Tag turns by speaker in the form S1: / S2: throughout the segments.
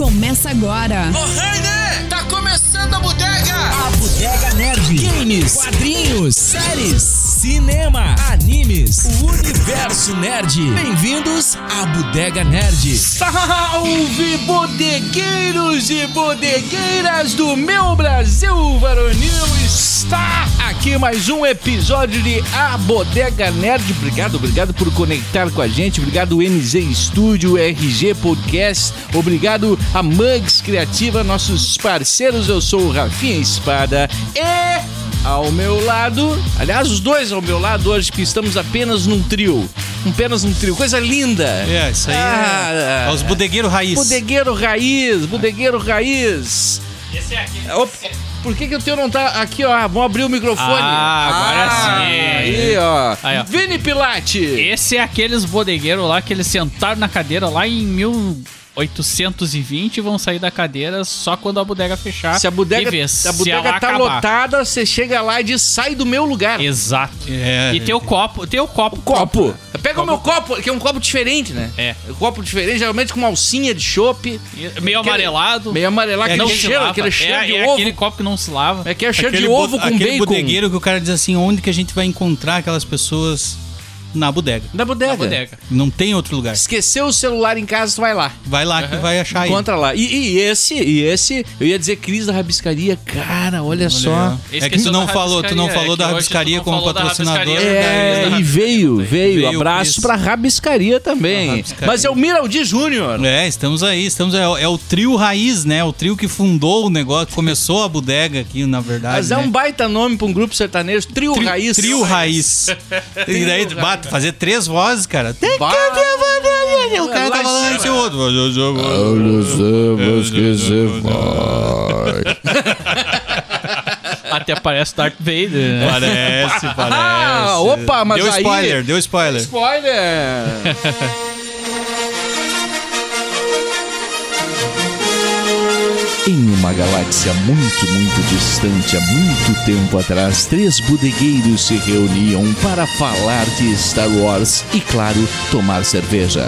S1: Começa agora.
S2: Ohane! Tá começando a bodega!
S3: A Bodega Nerd. Games, quadrinhos, séries, cinema, animes, o universo nerd. Bem-vindos à Bodega Nerd.
S2: Salve bodegueiros e bodegueiras do meu Brasil varonil! Está aqui mais um episódio de A Bodega Nerd. Obrigado, obrigado por conectar com a gente. Obrigado NZ Studio, RG Podcast. Obrigado a Mugs Criativa, nossos parceiros. Eu sou o Rafinha Espada e ao meu lado. Aliás, os dois ao meu lado hoje, que estamos apenas num trio. Apenas num trio. Coisa linda!
S4: É, isso aí
S2: Ah,
S4: é, é os bodegueiros raiz.
S2: Bodegueiro raiz, bodegueiro raiz. Esse é aqui. por que, que o teu não tá aqui, ó? Vamos abrir o microfone.
S4: Ah, agora sim.
S2: Aí, ó.
S5: Aí, ó.
S2: Vini Pilate.
S5: Esse é aqueles bodegueiros lá que eles sentaram na cadeira lá em 1820 e vão sair da cadeira só quando a bodega fechar.
S2: Se a bodega,
S5: e ver
S2: se
S5: se
S2: a bodega
S5: ela
S2: tá
S5: acabar.
S2: lotada, você chega lá e diz, sai do meu lugar.
S5: Exato.
S4: É.
S5: E tem o copo, tem o copo.
S2: Copo. Pega o meu copo, que é um copo diferente, né?
S5: É.
S2: Um copo diferente, geralmente com uma alcinha de chope.
S5: Meio amarelado.
S2: Meio amarelado,
S4: É
S2: aquele
S5: se
S2: cheiro,
S5: lava.
S2: aquele cheiro
S5: é,
S2: de
S5: é
S2: ovo.
S5: aquele copo que não se lava.
S2: É que é cheiro de
S4: bo-
S2: ovo com
S4: aquele
S2: bacon.
S4: bodegueiro que o cara diz assim, onde que a gente vai encontrar aquelas pessoas na bodega?
S2: Da bodega.
S5: Na bodega.
S4: Não tem outro lugar.
S2: Esqueceu o celular em casa, tu vai lá.
S4: Vai lá que vai achar aí.
S2: Encontra lá. E, e esse, e esse, eu ia dizer Cris da Rabiscaria, cara, olha, só.
S4: É que tu não falou, tu não falou da rabiscaria como patrocinador. né?
S2: É, e veio, veio.
S4: Veio,
S2: Abraço
S4: Cris.
S2: pra Rabiscaria também.
S4: Pra Rabiscaria.
S2: Mas é o Miraldi Júnior.
S4: É, estamos aí, estamos aí. É o- É o trio raiz, né? O trio que fundou o negócio, começou a bodega aqui, na verdade.
S2: Mas é um
S4: né?
S2: baita nome pra um grupo sertanejo, Trio,
S4: Trio
S2: Raiz.
S4: Trio Raiz. e daí,
S2: Trio
S4: bate, fazer três vozes, cara. Tem
S2: Bah.
S4: que O cara tá
S2: Lá em
S4: falando esse
S2: cima.
S4: outro.
S5: Até parece Darth Vader, né?
S4: Parece, parece.
S2: Ah, opa, mas
S4: deu
S2: aí-
S4: spoiler, deu spoiler.
S2: Spoiler! Em uma galáxia muito, muito distante, há muito tempo atrás, três bodegueiros se reuniam para falar de Star Wars e, claro, tomar cerveja.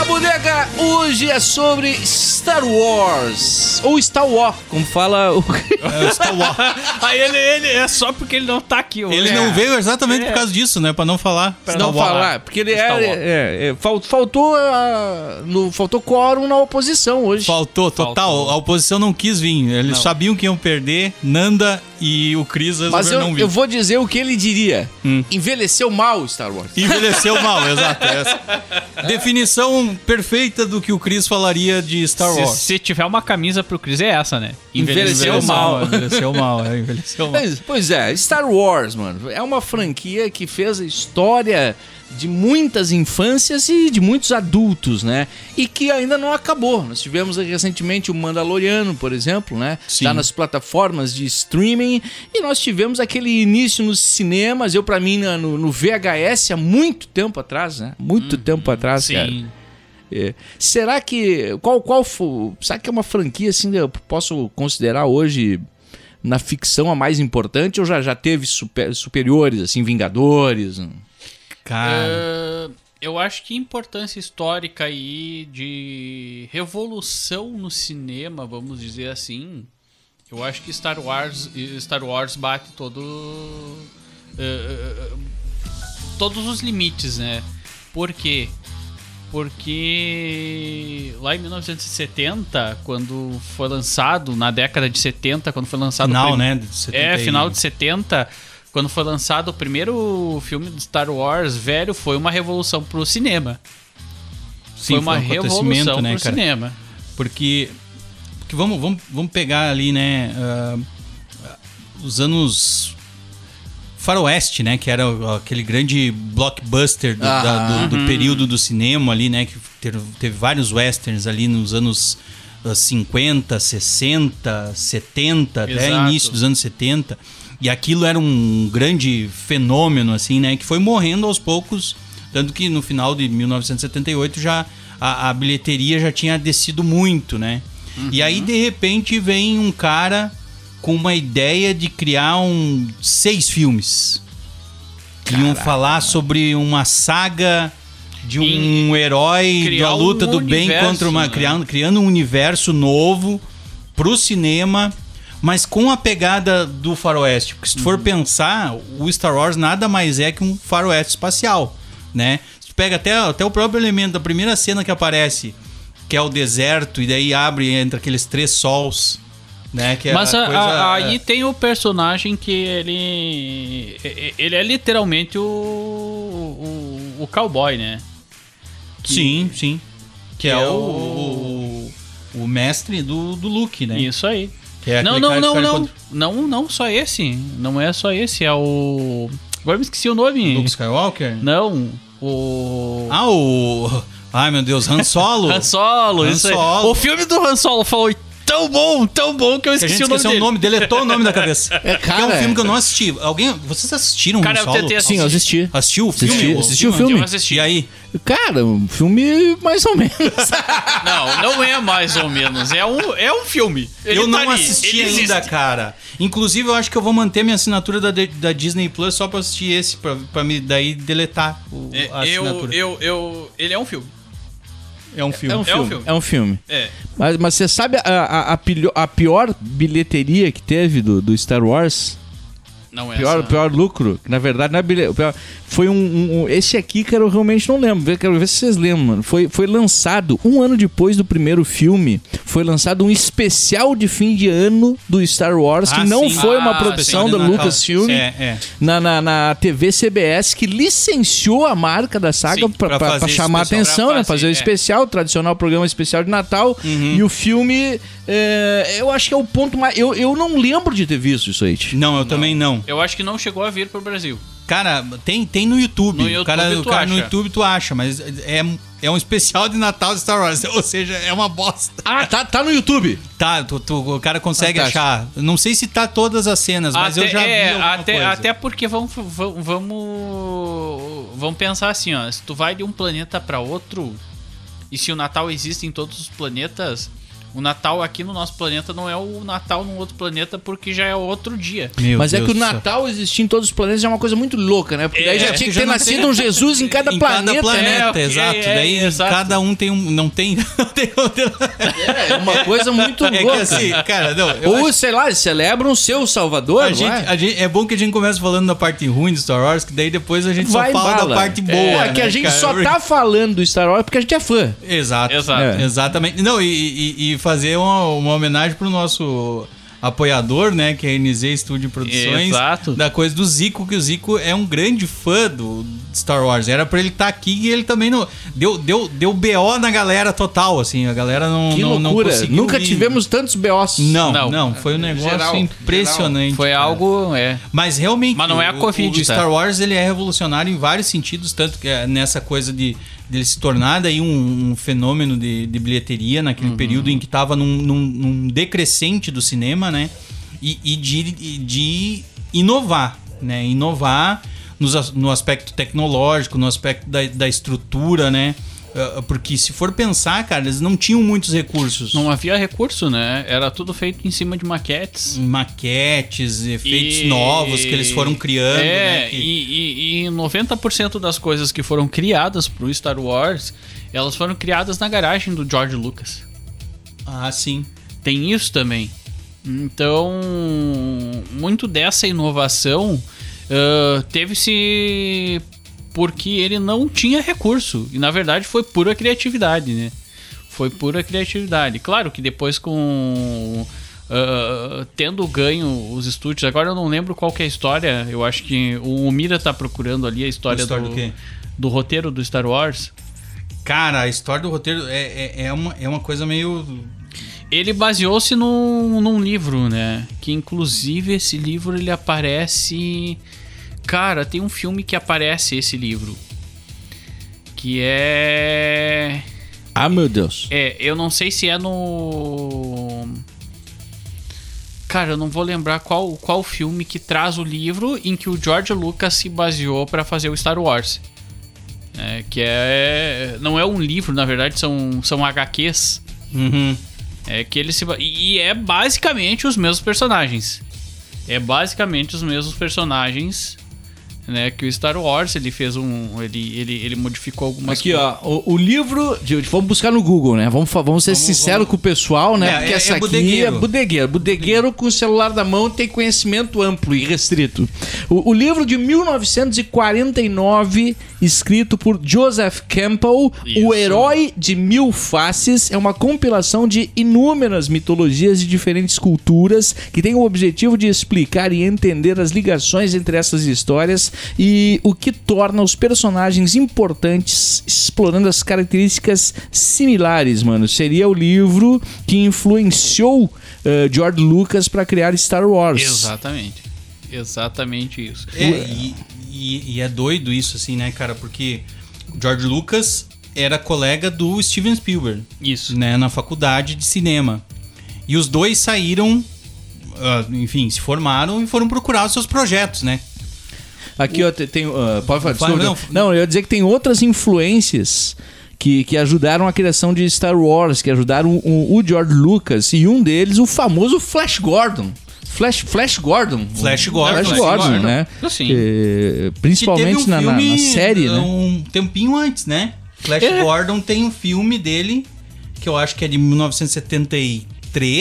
S2: A bodega hoje é sobre Star Wars, ou Star Wars, como fala o.
S4: É, o Star Wars.
S5: Aí ele, ele é só porque ele não tá aqui hoje.
S4: Ele
S5: É.
S4: não veio exatamente por causa disso, né? Pra não falar.
S2: Pra
S4: Star
S2: não
S4: Wars.
S2: falar, porque ele
S5: Star
S2: é,
S5: Wars.
S2: é, é, fal- faltou, ah, no, faltou quórum na oposição hoje.
S4: Faltou, total.
S5: Faltou.
S4: A oposição não quis vir. Eles sabiam que iam perder. Nanda e o Chris
S2: Mas
S4: resolveram
S2: eu, Hum.
S4: não vir.
S2: eu vou dizer o que ele diria. Envelheceu mal Star Wars.
S4: Envelheceu mal, exato. é essa. Definição perfeita do que o Chris falaria de Star
S5: Se,
S4: Wars.
S5: se tiver uma camisa pro Chris, é essa, né?
S2: Envelheceu mal.
S4: Envelheceu mal, é, envelheceu mal.
S2: Mas, pois é, Star Wars, mano, é uma franquia que fez a história de muitas infâncias e de muitos adultos, né? E que ainda não acabou. Nós tivemos aí recentemente o Mandaloriano, por exemplo, né?
S4: Sim.
S2: Tá nas plataformas de streaming. E nós tivemos aquele início nos cinemas, eu pra mim na- no, no VHS há muito tempo atrás, né? Muito tempo atrás, cara.
S5: Sim.
S2: É. Será que. Qual, qual fo- Será que é uma franquia assim que eu posso considerar hoje na ficção a mais importante ou já, já teve super- superiores, assim, Vingadores? né?
S5: tá
S4: Cara,
S5: Ah, eu acho que importância histórica aí de revolução no cinema, vamos dizer assim. Eu acho que Star Wars, Star Wars bate todo ah, todos os limites, né? Por quê? Porque lá em 1970, quando foi lançado, na década de 70, quando foi lançado o
S4: final,
S5: prim-
S4: né?
S5: é,
S4: 70 e-
S5: final de 70, quando foi lançado o primeiro filme de Star Wars, velho, foi uma revolução pro cinema.
S4: Sim,
S5: foi uma
S4: um acontecimento,
S5: revolução pro
S4: né, cara?
S5: cinema.
S4: porque, porque vamos, vamos, vamos pegar ali, né, ah, os anos faroeste, né, que era o- aquele grande blockbuster do,
S2: Ah.
S4: da-
S5: Uhum.
S4: do- do período do cinema ali, né, que ter- teve vários westerns ali nos anos ah, 50, 60, 70, até
S5: Exato.
S4: início dos anos 70. E aquilo era um grande fenômeno, assim, né? Que foi morrendo aos poucos. Tanto que no final de 1978 já a, a bilheteria já tinha descido muito, né? E aí,
S5: Uhum.
S4: de repente, vem um cara com uma ideia de criar um seis filmes. Que iam falar sobre uma saga de um herói
S5: criar
S4: da luta
S5: um
S4: do bem
S5: universo,
S4: contra uma
S5: né?
S4: criando, criando um universo novo pro cinema, mas com a pegada do faroeste. Porque se tu
S5: Uhum.
S4: for pensar, o Star Wars nada mais é que um faroeste espacial, né? Se tu pega até, até o próprio elemento da primeira cena que aparece, que é o deserto, e daí abre entre aqueles três sols, né? Que é
S5: Mas a-
S4: coisa-
S5: a- aí tem o personagem que ele. e- Ele é literalmente o. o, o cowboy, né?
S4: Sim, sim. Que,
S5: que
S4: é,
S5: é
S4: o, o, o mestre do, do Luke, né?
S5: Isso aí.
S4: Que é
S5: não,
S4: aquele
S5: não,
S4: cara que
S5: não,
S4: fica
S5: não.
S4: contra-
S5: Não, não, só esse. Não é só esse, é o. Agora me esqueci o nome.
S4: Luke Skywalker?
S5: Não, o.
S4: Ah, o. Ai, meu Deus, Han Solo.
S5: Han Solo,
S4: Han
S5: isso aí.
S4: Solo.
S5: O filme do Han Solo foi tão bom, tão bom que eu
S4: Que a gente
S5: esqueci o nome
S4: esqueceu
S5: dele.
S4: o nome, deletou o nome da cabeça.
S2: É,
S4: Que é um
S2: cara,
S4: filme que eu não assisti. Alguém. Vocês assistiram
S5: Cara,
S4: Han
S5: eu
S4: Solo?
S5: tentei
S2: Sim, eu assisti.
S4: Assistiu o filme?
S2: Assisti, assisti o
S4: Não,
S2: filme.
S5: Eu
S4: E
S5: assisti.
S4: aí?
S2: Cara, um filme mais ou menos.
S5: Não, não é mais ou menos. É um, é um filme. Ele
S4: eu
S5: tá
S4: não
S5: ali,
S4: assisti
S5: ele existe.
S4: ainda, cara. Inclusive, eu acho que eu vou manter minha assinatura da, da Disney Plus só pra assistir esse, pra, pra me daí deletar o-
S5: É,
S4: a
S5: eu,
S4: assinatura.
S5: eu, eu, ele é um filme.
S4: é um filme.
S5: é um
S4: É
S5: filme.
S2: É um filme.
S5: É.
S2: Mas, mas você sabe a, a- a pilho- a pior bilheteria que teve do, do Star Wars?
S5: Não é
S2: Pior,
S5: essa.
S2: pior lucro? Que na verdade não é bilhe- o pior- foi um, um- um- Esse aqui, cara, eu realmente não lembro. Vê- Quero ver se vocês lembram, mano. Foi, foi lançado um ano depois do primeiro filme. Foi lançado um especial de fim de ano do Star Wars,
S4: Ah,
S2: que não
S4: sim.
S2: foi uma
S5: Ah,
S2: produção
S5: sim.
S2: da
S4: Olha na
S2: Lucasfilm.
S4: calça. É, é.
S2: na, na, na TV CBS que licenciou a marca da saga
S5: Sim,
S2: pra
S4: pra
S2: pra-
S4: fazer
S2: pra
S4: esse
S2: chamar
S4: especial,
S2: atenção,
S5: pra
S2: né?
S5: fazer,
S2: Fazer o
S5: é.
S2: especial, o tradicional programa especial de Natal.
S4: Uhum.
S2: E o filme, é, eu acho que é o ponto mais. Eu, eu não lembro de ter visto isso aí. tio.
S4: Não, eu também não.
S5: Eu acho que não chegou a vir pro Brasil.
S4: Cara, tem, tem no YouTube.
S5: No YouTube
S4: o cara,
S5: tu
S4: o cara no
S5: acha.
S4: YouTube tu acha, mas é, é um especial de Natal de Star Wars, ou seja, é uma bosta.
S2: Ah, tá, tá no YouTube.
S4: Tá, tu, tu- o cara consegue
S2: Fantástico.
S4: achar. Não sei se tá todas as cenas, mas eu já vi
S5: é,
S4: alguma
S5: até,
S4: coisa.
S5: até porque vamos, vamos, vamos, vamos pensar assim, ó. Se tu vai de um planeta pra outro, e se o Natal existe em todos os planetas, o Natal aqui no nosso planeta não é o Natal num outro planeta porque já é outro dia.
S4: Meu
S2: Mas é
S4: Deus
S2: que o
S4: do céu.
S2: Natal existir em todos os planetas é uma coisa muito louca, né? Porque daí
S5: É,
S2: já
S5: é,
S2: tinha que
S4: já
S2: ter
S4: não
S2: nascido
S4: tem-
S2: um Jesus em cada
S4: em
S2: planeta.
S4: cada
S5: né?
S4: planeta,
S5: É,
S4: exato.
S5: é, é,
S4: Daí
S5: exato.
S4: cada um tem um. Não tem. Não tem outra.
S2: né? É uma coisa muito
S4: É que
S2: louca.
S4: assim, cara, não. eu
S2: Ou, sei lá, eles celebram o seu Salvador,
S4: A
S2: não
S4: gente,
S2: é?
S4: a gente- é bom que a gente começa falando da parte ruim do Star Wars, que daí depois a gente
S2: Vai
S4: só fala
S2: bala.
S4: da parte boa.
S2: É, que a
S4: né,
S2: gente
S4: cara?
S2: só tá falando do Star Wars porque a gente é fã.
S4: Exato.
S5: Exato.
S2: É.
S4: Exatamente. Não, e, e- e fazer uma, uma homenagem pro nosso apoiador, né, que é a NZ Studio Produções.
S5: Exato.
S4: Da coisa do Zico, que o Zico é um grande fã do Star Wars. Era pra ele estar aqui e ele também não... Deu, deu, deu BO na galera total, assim. A galera não
S2: Que
S4: não, não
S2: loucura.
S4: conseguiu
S2: Nunca
S4: ir.
S2: tivemos tantos B.O.s.
S4: Não, não,
S5: Não.
S4: Foi um negócio
S2: Geral,
S4: impressionante.
S5: Foi
S4: cara.
S5: algo, é.
S4: Mas realmente.
S5: Mas não é a
S4: o-
S5: Covid,
S4: O,
S5: tá?
S4: Star Wars ele é revolucionário em vários sentidos, tanto que é nessa coisa de dele se tornar daí um, um fenômeno de, de bilheteria naquele
S5: Uhum.
S4: período em que estava num, num- num decrescente do cinema, né? E, e de, e de inovar, né? Inovar nos as- no aspecto tecnológico, no aspecto da, da estrutura, né? Ah, Porque se for pensar, cara, eles não tinham muitos recursos.
S5: Não havia recurso, né? Era tudo feito em cima de maquetes.
S4: Maquetes, efeitos
S5: E-
S4: novos que eles foram criando,
S5: É,
S4: né? Que-
S5: e, e, e 90% das coisas que foram criadas pro Star Wars, elas foram criadas na garagem do George Lucas.
S4: Ah, sim.
S5: Tem isso também. Então, muito dessa inovação ah, teve-se porque ele não tinha recurso. E na verdade foi pura criatividade, né? Foi pura criatividade. Claro que depois com. ah, tendo ganho os estúdios, agora eu não lembro qual que é a história. Eu acho que o Mira tá procurando ali a história,
S4: A história
S5: do,
S4: do quê?
S5: do roteiro do Star Wars.
S4: Cara, a história do roteiro é, é, é uma, é uma coisa meio.
S5: Ele baseou-se num, num livro, né? Que inclusive esse livro ele aparece. Cara, tem um filme que aparece esse livro. Que é.
S2: Ah, meu Deus.
S5: É, eu não sei se é no. Cara, eu não vou lembrar qual, qual filme que traz o livro em que o George Lucas se baseou pra fazer o Star Wars. É, que é. Não é um livro, na verdade, são, são HQs.
S2: Uhum.
S5: É que ele se. ba- E e é basicamente os mesmos personagens. É basicamente os mesmos personagens. né? Que o Star Wars ele fez um, ele ele, ele modificou algumas
S2: Aqui, ó, o, o livro. de- vamos buscar no Google, né? Vamos, fa- vamos ser sinceros com o pessoal, né?
S4: É,
S2: Porque
S4: é-
S2: essa
S4: é
S2: aqui
S4: bodegueiro.
S2: é bodegueiro. Bodegueiro com o celular na mão tem conhecimento amplo e restrito. O, o livro de 1949, escrito por Joseph Campbell,
S5: Isso.
S2: O Herói de Mil Faces, é uma compilação de inúmeras mitologias de diferentes culturas que tem o objetivo de explicar e entender as ligações entre essas histórias e o que torna os personagens importantes, explorando as características similares, mano. Seria o livro que influenciou eh, George Lucas para criar Star Wars.
S5: Exatamente. Exatamente isso.
S4: É, e, e- e é doido isso, assim, né, cara? Porque o George Lucas era colega do Steven Spielberg,
S5: Isso.
S4: né, na faculdade de cinema. E os dois saíram, ah, enfim, se formaram e foram procurar os seus projetos, né?
S2: Aqui, ó, te- tem. ah, pode falar,
S4: Fala,
S2: desculpa.
S4: não.
S2: não, eu ia dizer que tem outras influências que, que ajudaram a criação de Star Wars, que ajudaram o, o George Lucas, e um deles, o famoso Flash Gordon. Flash, Flash Gordon.
S4: Flash Gordon,
S2: Flash
S4: Flash
S2: Gordon,
S5: Gordon.
S2: né?
S5: Assim.
S2: Eh,
S4: Que teve
S2: principalmente
S4: um
S2: na, na- na
S4: filme,
S2: série, né?
S4: Um tempinho antes, né? Flash
S5: É.
S4: Gordon tem um filme dele, que eu acho que é de 1973.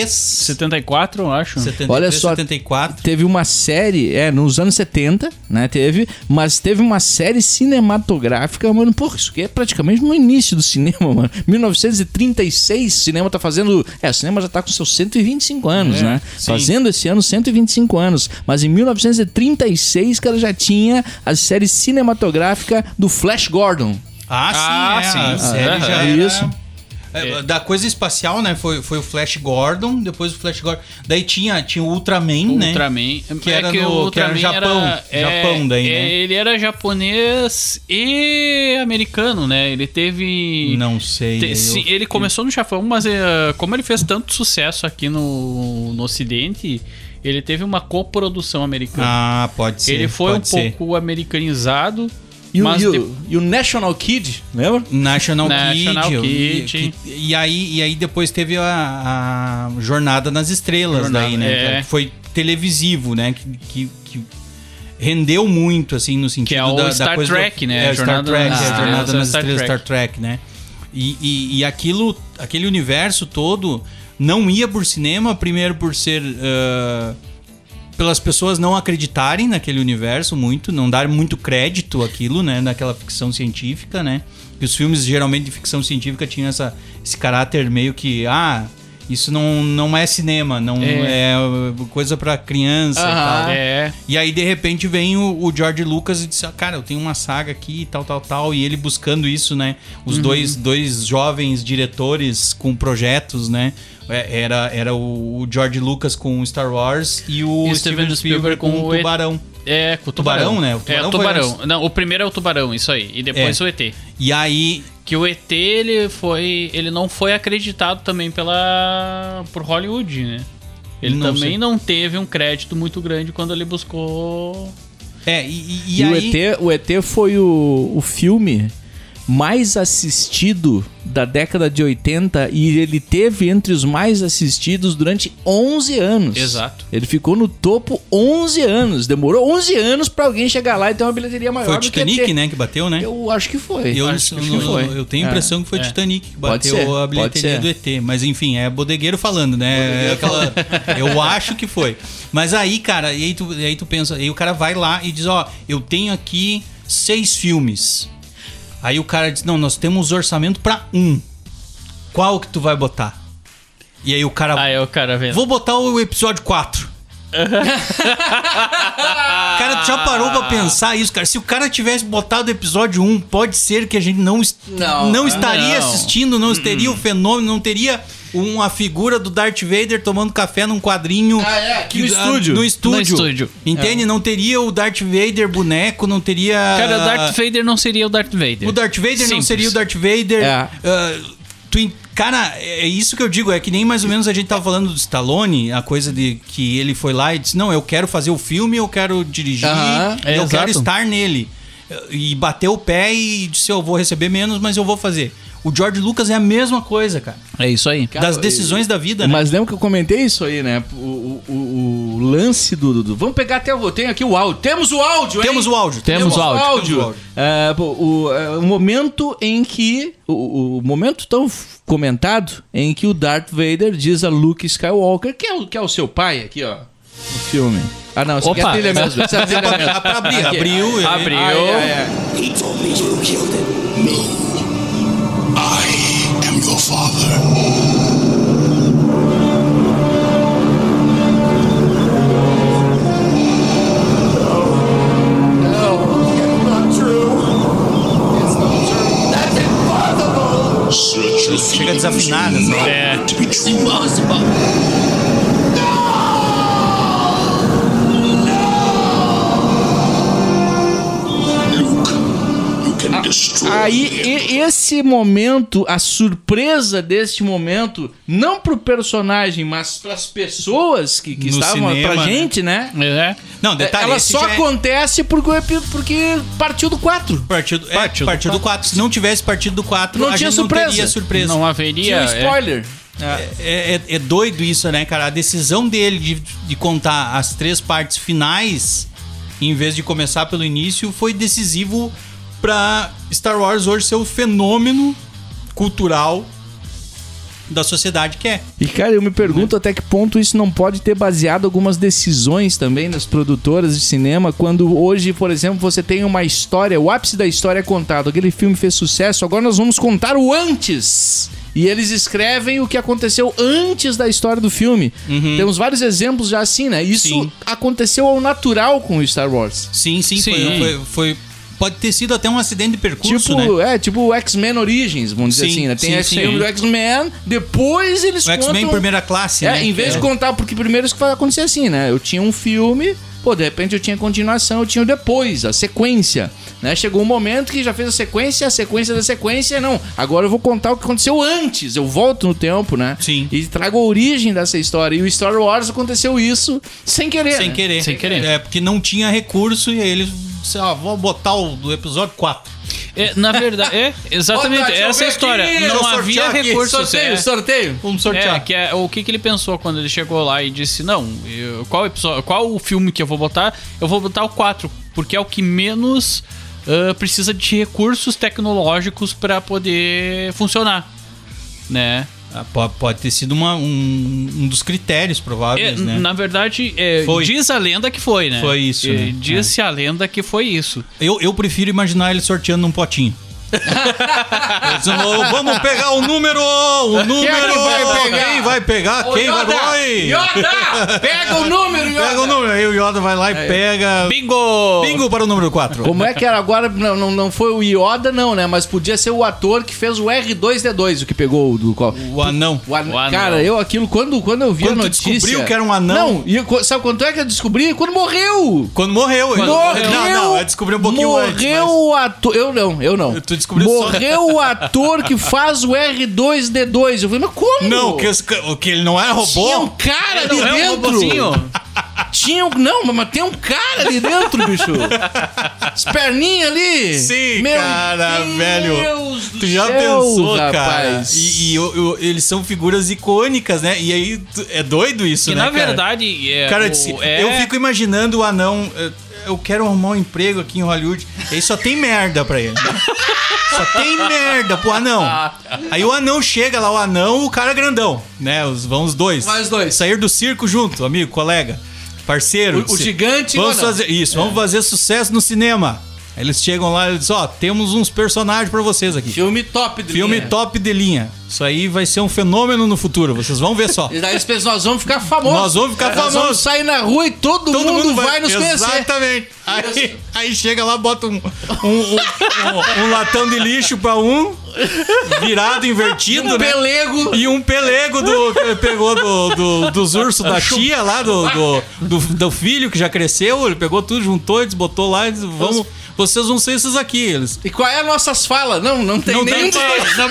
S5: 74, eu acho.
S4: 73,
S2: Olha só,
S4: 74.
S2: Teve uma série, é, nos anos 70, né? Teve, mas teve uma série cinematográfica, mano. Porra, isso aqui é praticamente no início do cinema, mano. 1936, o cinema tá fazendo. É, o cinema já tá com seus 125 anos, né? Fazendo esse ano 125 anos. Mas em 1936, cara, já tinha a série cinematográfica do Flash Gordon.
S4: Ah, sim,
S5: Ah,
S4: é,
S5: sim.
S4: a série
S5: Ah,
S4: já
S2: é
S4: era-
S2: isso.
S4: É, Da coisa espacial, né? Foi, foi o Flash Gordon, depois o Flash Gordon. Daí tinha, tinha o Ultraman, né?
S5: Ultraman. É
S4: Que era no- que era no Japão. Japão daí, né?
S5: Ele era japonês e americano, né? Ele teve.
S4: Não sei.
S5: é, te-
S4: eu-
S5: sim, ele começou no Japão, mas eh, como ele fez tanto sucesso aqui no, no Ocidente, ele teve uma coprodução americana.
S4: Ah, pode ser.
S5: ele foi um
S4: pode ser.
S5: pouco americanizado,
S2: E o,
S5: mas
S2: e o-
S5: de-
S2: e o National Kid, lembra?
S4: National,
S5: National
S4: Kid.
S5: Kid.
S4: E, que- e aí, e aí depois teve a, a Jornada nas Estrelas,
S5: Jornada,
S4: daí, né?
S5: é.
S4: cara? Que foi televisivo, né? Que, que- que rendeu muito, assim, no sentido
S5: é o
S4: da, da
S5: Star
S4: coisa
S5: Trek, né?
S4: É, o Star
S5: Jornada
S4: Trek,
S5: nas
S4: é,
S5: Estrelas,
S4: Jornada
S5: é o
S4: nas
S5: Star
S4: Estrelas,
S5: Trek.
S4: Star Trek, né? E, e, e aquilo, aquele universo todo não ia por cinema, primeiro por ser... ah, pelas pessoas não acreditarem naquele universo muito, não dar muito crédito àquilo, né, naquela ficção científica, né? Que os filmes geralmente de ficção científica tinham essa, esse caráter meio que, ah, isso não, não é cinema, não é,
S5: É.
S4: coisa pra criança e tal.
S2: Ah.
S5: é,
S4: E aí, de repente, vem o, o George Lucas e diz: "Ah, Cara, eu tenho uma saga aqui e tal, tal, tal. E ele buscando isso, né? Os dois, dois jovens diretores com projetos, né? É, Era, era o o George Lucas com Star Wars e o
S5: E
S4: Steven, Spielberg com, o
S5: E-
S4: Tubarão.
S5: É, com o
S4: Tubarão,
S5: tubarão.
S4: né? O
S5: é,
S4: tubarão
S5: o
S4: foi
S5: tubarão. Não, o primeiro é o tubarão, isso aí. E depois
S4: É.
S5: o ET.
S4: E aí,
S5: Que o ET, ele foi. Ele não foi acreditado também pela. por Hollywood, né? Ele
S4: Não
S5: também
S4: sei.
S5: não teve um crédito muito grande quando ele buscou.
S4: é, e, e- e
S2: E, o,
S4: aí-
S2: ET, o ET foi o, o filme mais assistido da década de 80 e ele teve entre os mais assistidos durante 11 anos.
S5: Exato.
S2: Ele ficou no topo 11 anos. Demorou 11 anos pra alguém chegar lá e ter uma bilheteria maior
S4: foi o
S2: do
S4: Titanic,
S2: que ET.
S4: né? Que bateu, né?
S2: Eu acho que foi.
S4: Eu,
S2: acho
S4: eu- eu- eu tenho a
S2: É.
S4: impressão que foi
S5: É.
S4: Titanic que
S2: Pode
S4: bateu
S2: ser,
S4: a bilheteria
S2: pode ser.
S4: do ET. Mas enfim, é bodegueiro falando, né? É aquela- eu acho que foi. Mas aí, cara, e aí tu, e aí tu pensa, aí o cara vai lá e diz, ó, eu tenho aqui seis filmes. Aí o cara diz, não, nós temos orçamento pra um. Qual que tu vai botar? E aí o cara,
S5: Ah, é o cara vendo.
S4: vou botar o episódio 4. cara, tu já parou pra pensar isso, cara? Se o cara tivesse botado o episódio 1, pode ser que a gente não, est- não,
S2: Não, Uhum. ah,
S4: estaria
S5: não.
S4: assistindo, não teria o fenômeno, não teria uma figura do Darth Vader tomando café num quadrinho
S2: Ah, é, aqui no
S4: ah,
S2: estúdio. é.
S4: no estúdio.
S5: No estúdio.
S4: Entende? Não teria o Darth Vader boneco, não teria
S5: Cara, o
S4: ah,
S5: Darth Vader não seria o Darth Vader.
S4: o Darth Vader não
S5: Simples.
S4: seria o Darth Vader.
S2: É.
S4: Ah, tu en- cara, é isso que eu digo. É que nem mais ou menos a gente tava falando do Stallone, a coisa de que ele foi lá e disse: Não, eu quero fazer o filme, eu quero dirigir,
S2: Aham,
S4: eu
S5: é,
S4: quero
S5: exato.
S4: estar nele. E bateu o pé e disse: Eu vou receber menos, mas eu vou fazer. O George Lucas é a mesma coisa, cara.
S5: É isso aí.
S4: das decisões da vida, né?
S2: Mas lembra que eu comentei isso aí, né? O, o- o- o lance do, do- do- Vamos pegar até o. Tem aqui o áudio. Temos o áudio, hein?
S4: Temos o áudio.
S5: Temos o áudio.
S4: Temos o áudio.
S2: Ah, pô, o, ah, o momento em que. O, o- o momento tão f- comentado em que o Darth Vader diz a Luke Skywalker, que é o, que é o seu pai aqui, ó. No filme. Ah, não, essa aqui é a
S5: Opa.
S2: trilha mesmo. Essa é a trilha mesmo.
S4: Abri-
S2: Aqui.
S4: Abriu. ele-
S5: Abriu.
S2: Ai, ai, ai.
S6: He told me you killed him. No. I am your father. Search your
S4: Chega desafinada,
S6: feelings, you
S4: né?
S6: know
S5: É.
S6: to be true. Luke, you can destroy
S2: Ah, Aí,
S6: him.
S2: e- esse momento, a surpresa deste momento, não pro personagem, mas pras pessoas que, que
S4: No
S2: estavam,
S4: cinema,
S2: pra
S4: né?
S2: gente, né?
S5: É.
S4: Não, detalhe.
S2: Ela
S4: esse
S2: só
S4: já é
S2: acontece porque, o epi- porque partiu do 4.
S4: partido, é, partido, do 4. Se não tivesse partido do 4,
S2: Não
S4: a
S2: tinha
S4: gente
S2: surpresa.
S4: não teria surpresa.
S5: Não haveria.
S2: Tinha um
S5: é.
S2: spoiler.
S4: É, é- é doido isso, né, cara? A decisão dele de, de contar as três partes finais, em vez de começar pelo início, foi decisivo pra Star Wars hoje ser o fenômeno cultural da sociedade que é.
S2: E, cara, eu me pergunto até que ponto isso não pode ter baseado algumas decisões também das produtoras de cinema, quando hoje, por exemplo, você tem uma história, o ápice da história é contado, aquele filme fez sucesso, agora nós vamos contar o antes. E eles escrevem o que aconteceu antes da história do filme. Temos vários exemplos já assim, né? Isso
S4: Uhum. Sim.
S2: aconteceu ao natural com o Star Wars.
S4: Sim, sim,
S5: Sim.
S4: Foi, foi- foi- Pode ter sido até um acidente de percurso,
S2: tipo,
S4: né?
S2: é, tipo o X-Men Origins, vamos dizer
S4: Sim,
S2: assim, né? Tem
S4: sim,
S2: esse
S4: sim.
S2: filme do X-Men, depois eles
S4: O X-Men
S2: contam...
S4: primeira classe,
S2: É,
S4: né?
S2: em vez de contar, porque primeiro isso que vai acontecer assim, né? Eu tinha um filme, pô, de repente eu tinha continuação, eu tinha o depois, a sequência. Né? Chegou um momento que já fez a sequência, a sequência da sequência, não. Agora eu vou contar o que aconteceu antes, eu volto no tempo, né?
S4: Sim.
S2: E trago a origem dessa história. E o Star Wars aconteceu isso sem querer.
S4: Sem
S2: né?
S4: querer.
S5: Sem querer.
S4: É, porque não tinha recurso e aí eles, sei lá, vou botar o do episódio 4.
S5: É, na verdade, é,
S2: Ó,
S5: exatamente,
S2: Tati, eu
S5: essa é a
S2: vi
S5: história.
S2: aqui, eu
S5: não
S2: sorteio
S5: havia
S2: aqui.
S5: recursos.
S2: Sorteio,
S5: é.
S2: sorteio.
S4: Vamos
S5: É,
S4: sortear.
S5: que é- o que, que ele pensou quando ele chegou lá e disse: Não, eu- qual, episódio, qual o filme que eu vou botar? Eu vou botar o 4, porque é o que menos ah, precisa de recursos tecnológicos pra poder funcionar. Né?
S4: Ah, po- Pode ter sido uma- um, um dos critérios
S5: É,
S4: prováveis, né?
S5: Na verdade, é,
S4: Foi.
S5: diz a lenda que foi, né?
S4: Foi isso,
S5: É,
S4: né?
S5: Disse a lenda que foi isso.
S4: Eu, eu prefiro imaginar ele sorteando num potinho. Eles vão, vamos pegar o número! O número! Quem
S2: é que vai pegar?
S4: vai pegar?
S2: Ô,
S4: quem vai
S2: Yoda,
S4: Oi!
S2: Yoda! Pega o número, Yoda!
S4: Pega o número! Aí o Yoda vai lá e pega.
S5: Bingo!
S4: Bingo para o número 4.
S2: Como é que era agora? Não, não, não foi o Yoda, não, né? Mas podia ser o ator que fez o R2D2, o que pegou o do qual.
S4: O anão.
S2: O an-
S5: O anão.
S2: Cara, eu aquilo, quando, quando eu vi
S4: Quando
S2: a
S4: tu
S2: notícia...
S4: descobriu que era um anão?
S2: Não, e eu- co- sabe quanto é que eu descobri? Quando morreu!
S4: Quando morreu, ele.
S2: Morreu!
S4: Não, não, eu descobri um pouquinho
S2: morreu
S4: antes. mas-
S2: o ator... Eu não, eu não.
S4: Tu descobriu só-
S2: Morreu o ator que faz o R2D2. Eu falei, mas como?
S4: Não, que, os ca- o que ele não era
S2: Tinha um
S4: robô.
S2: cara ali
S5: Não é um
S2: dentro!
S5: robozinho?
S2: Tinha um. Não, mas tem um cara ali dentro, bicho. As perninhas ali.
S4: Sim, cara, velho.
S2: Deus do
S4: Tu já
S2: céu,
S4: pensou, cara?
S2: rapaz.
S4: E, e eu- eu- eles são figuras icônicas, né? E aí tu- é doido isso,
S5: Que
S4: né?
S5: na
S4: cara?
S5: verdade. É,
S4: Cara,
S5: o-
S4: eu, disse,
S5: é-
S4: eu fico imaginando o anão. eh, Eu quero arrumar um emprego aqui em Hollywood. Aí só tem merda pra ele. né? Só tem merda pro anão.
S2: Ah, tá.
S4: Aí o anão chega lá, o anão, o cara grandão, né? Os, vão os dois.
S2: Mais dois.
S4: Sair do circo junto, amigo, colega, parceiro.
S2: O- o gigante e o
S4: Vamos
S2: anão. É.
S4: fazer isso, vamos fazer sucesso no cinema. Aí eles chegam lá e dizem, ó, temos uns personagens pra vocês aqui.
S2: Filme top de
S4: Filme
S2: linha.
S4: top de linha. Isso aí vai ser um fenômeno no futuro, vocês vão ver só.
S2: E daí eles pensam, nós vamos ficar famosos.
S4: Nós vamos ficar
S2: tá É, Nós vamos
S4: famosos.
S2: sair na rua e todo, mundo, vai, nos conhecer.
S4: Exatamente. Aí, aí chega lá, bota um, um, um- um- um latão de lixo pra um, virado, invertido,
S2: Um
S4: né?
S2: pelego.
S4: E um pelego do, que ele pegou do, do- dos ursos da tia lá, do, do, do, do filho que já cresceu. Ele pegou tudo, juntou, eles botou lá e disse, vamos, vocês vão ser esses aqui. Eles,
S2: E qual é as nossas falas? Não, não tem
S4: Não
S2: nenhum
S4: tem
S2: dos dois.
S5: Não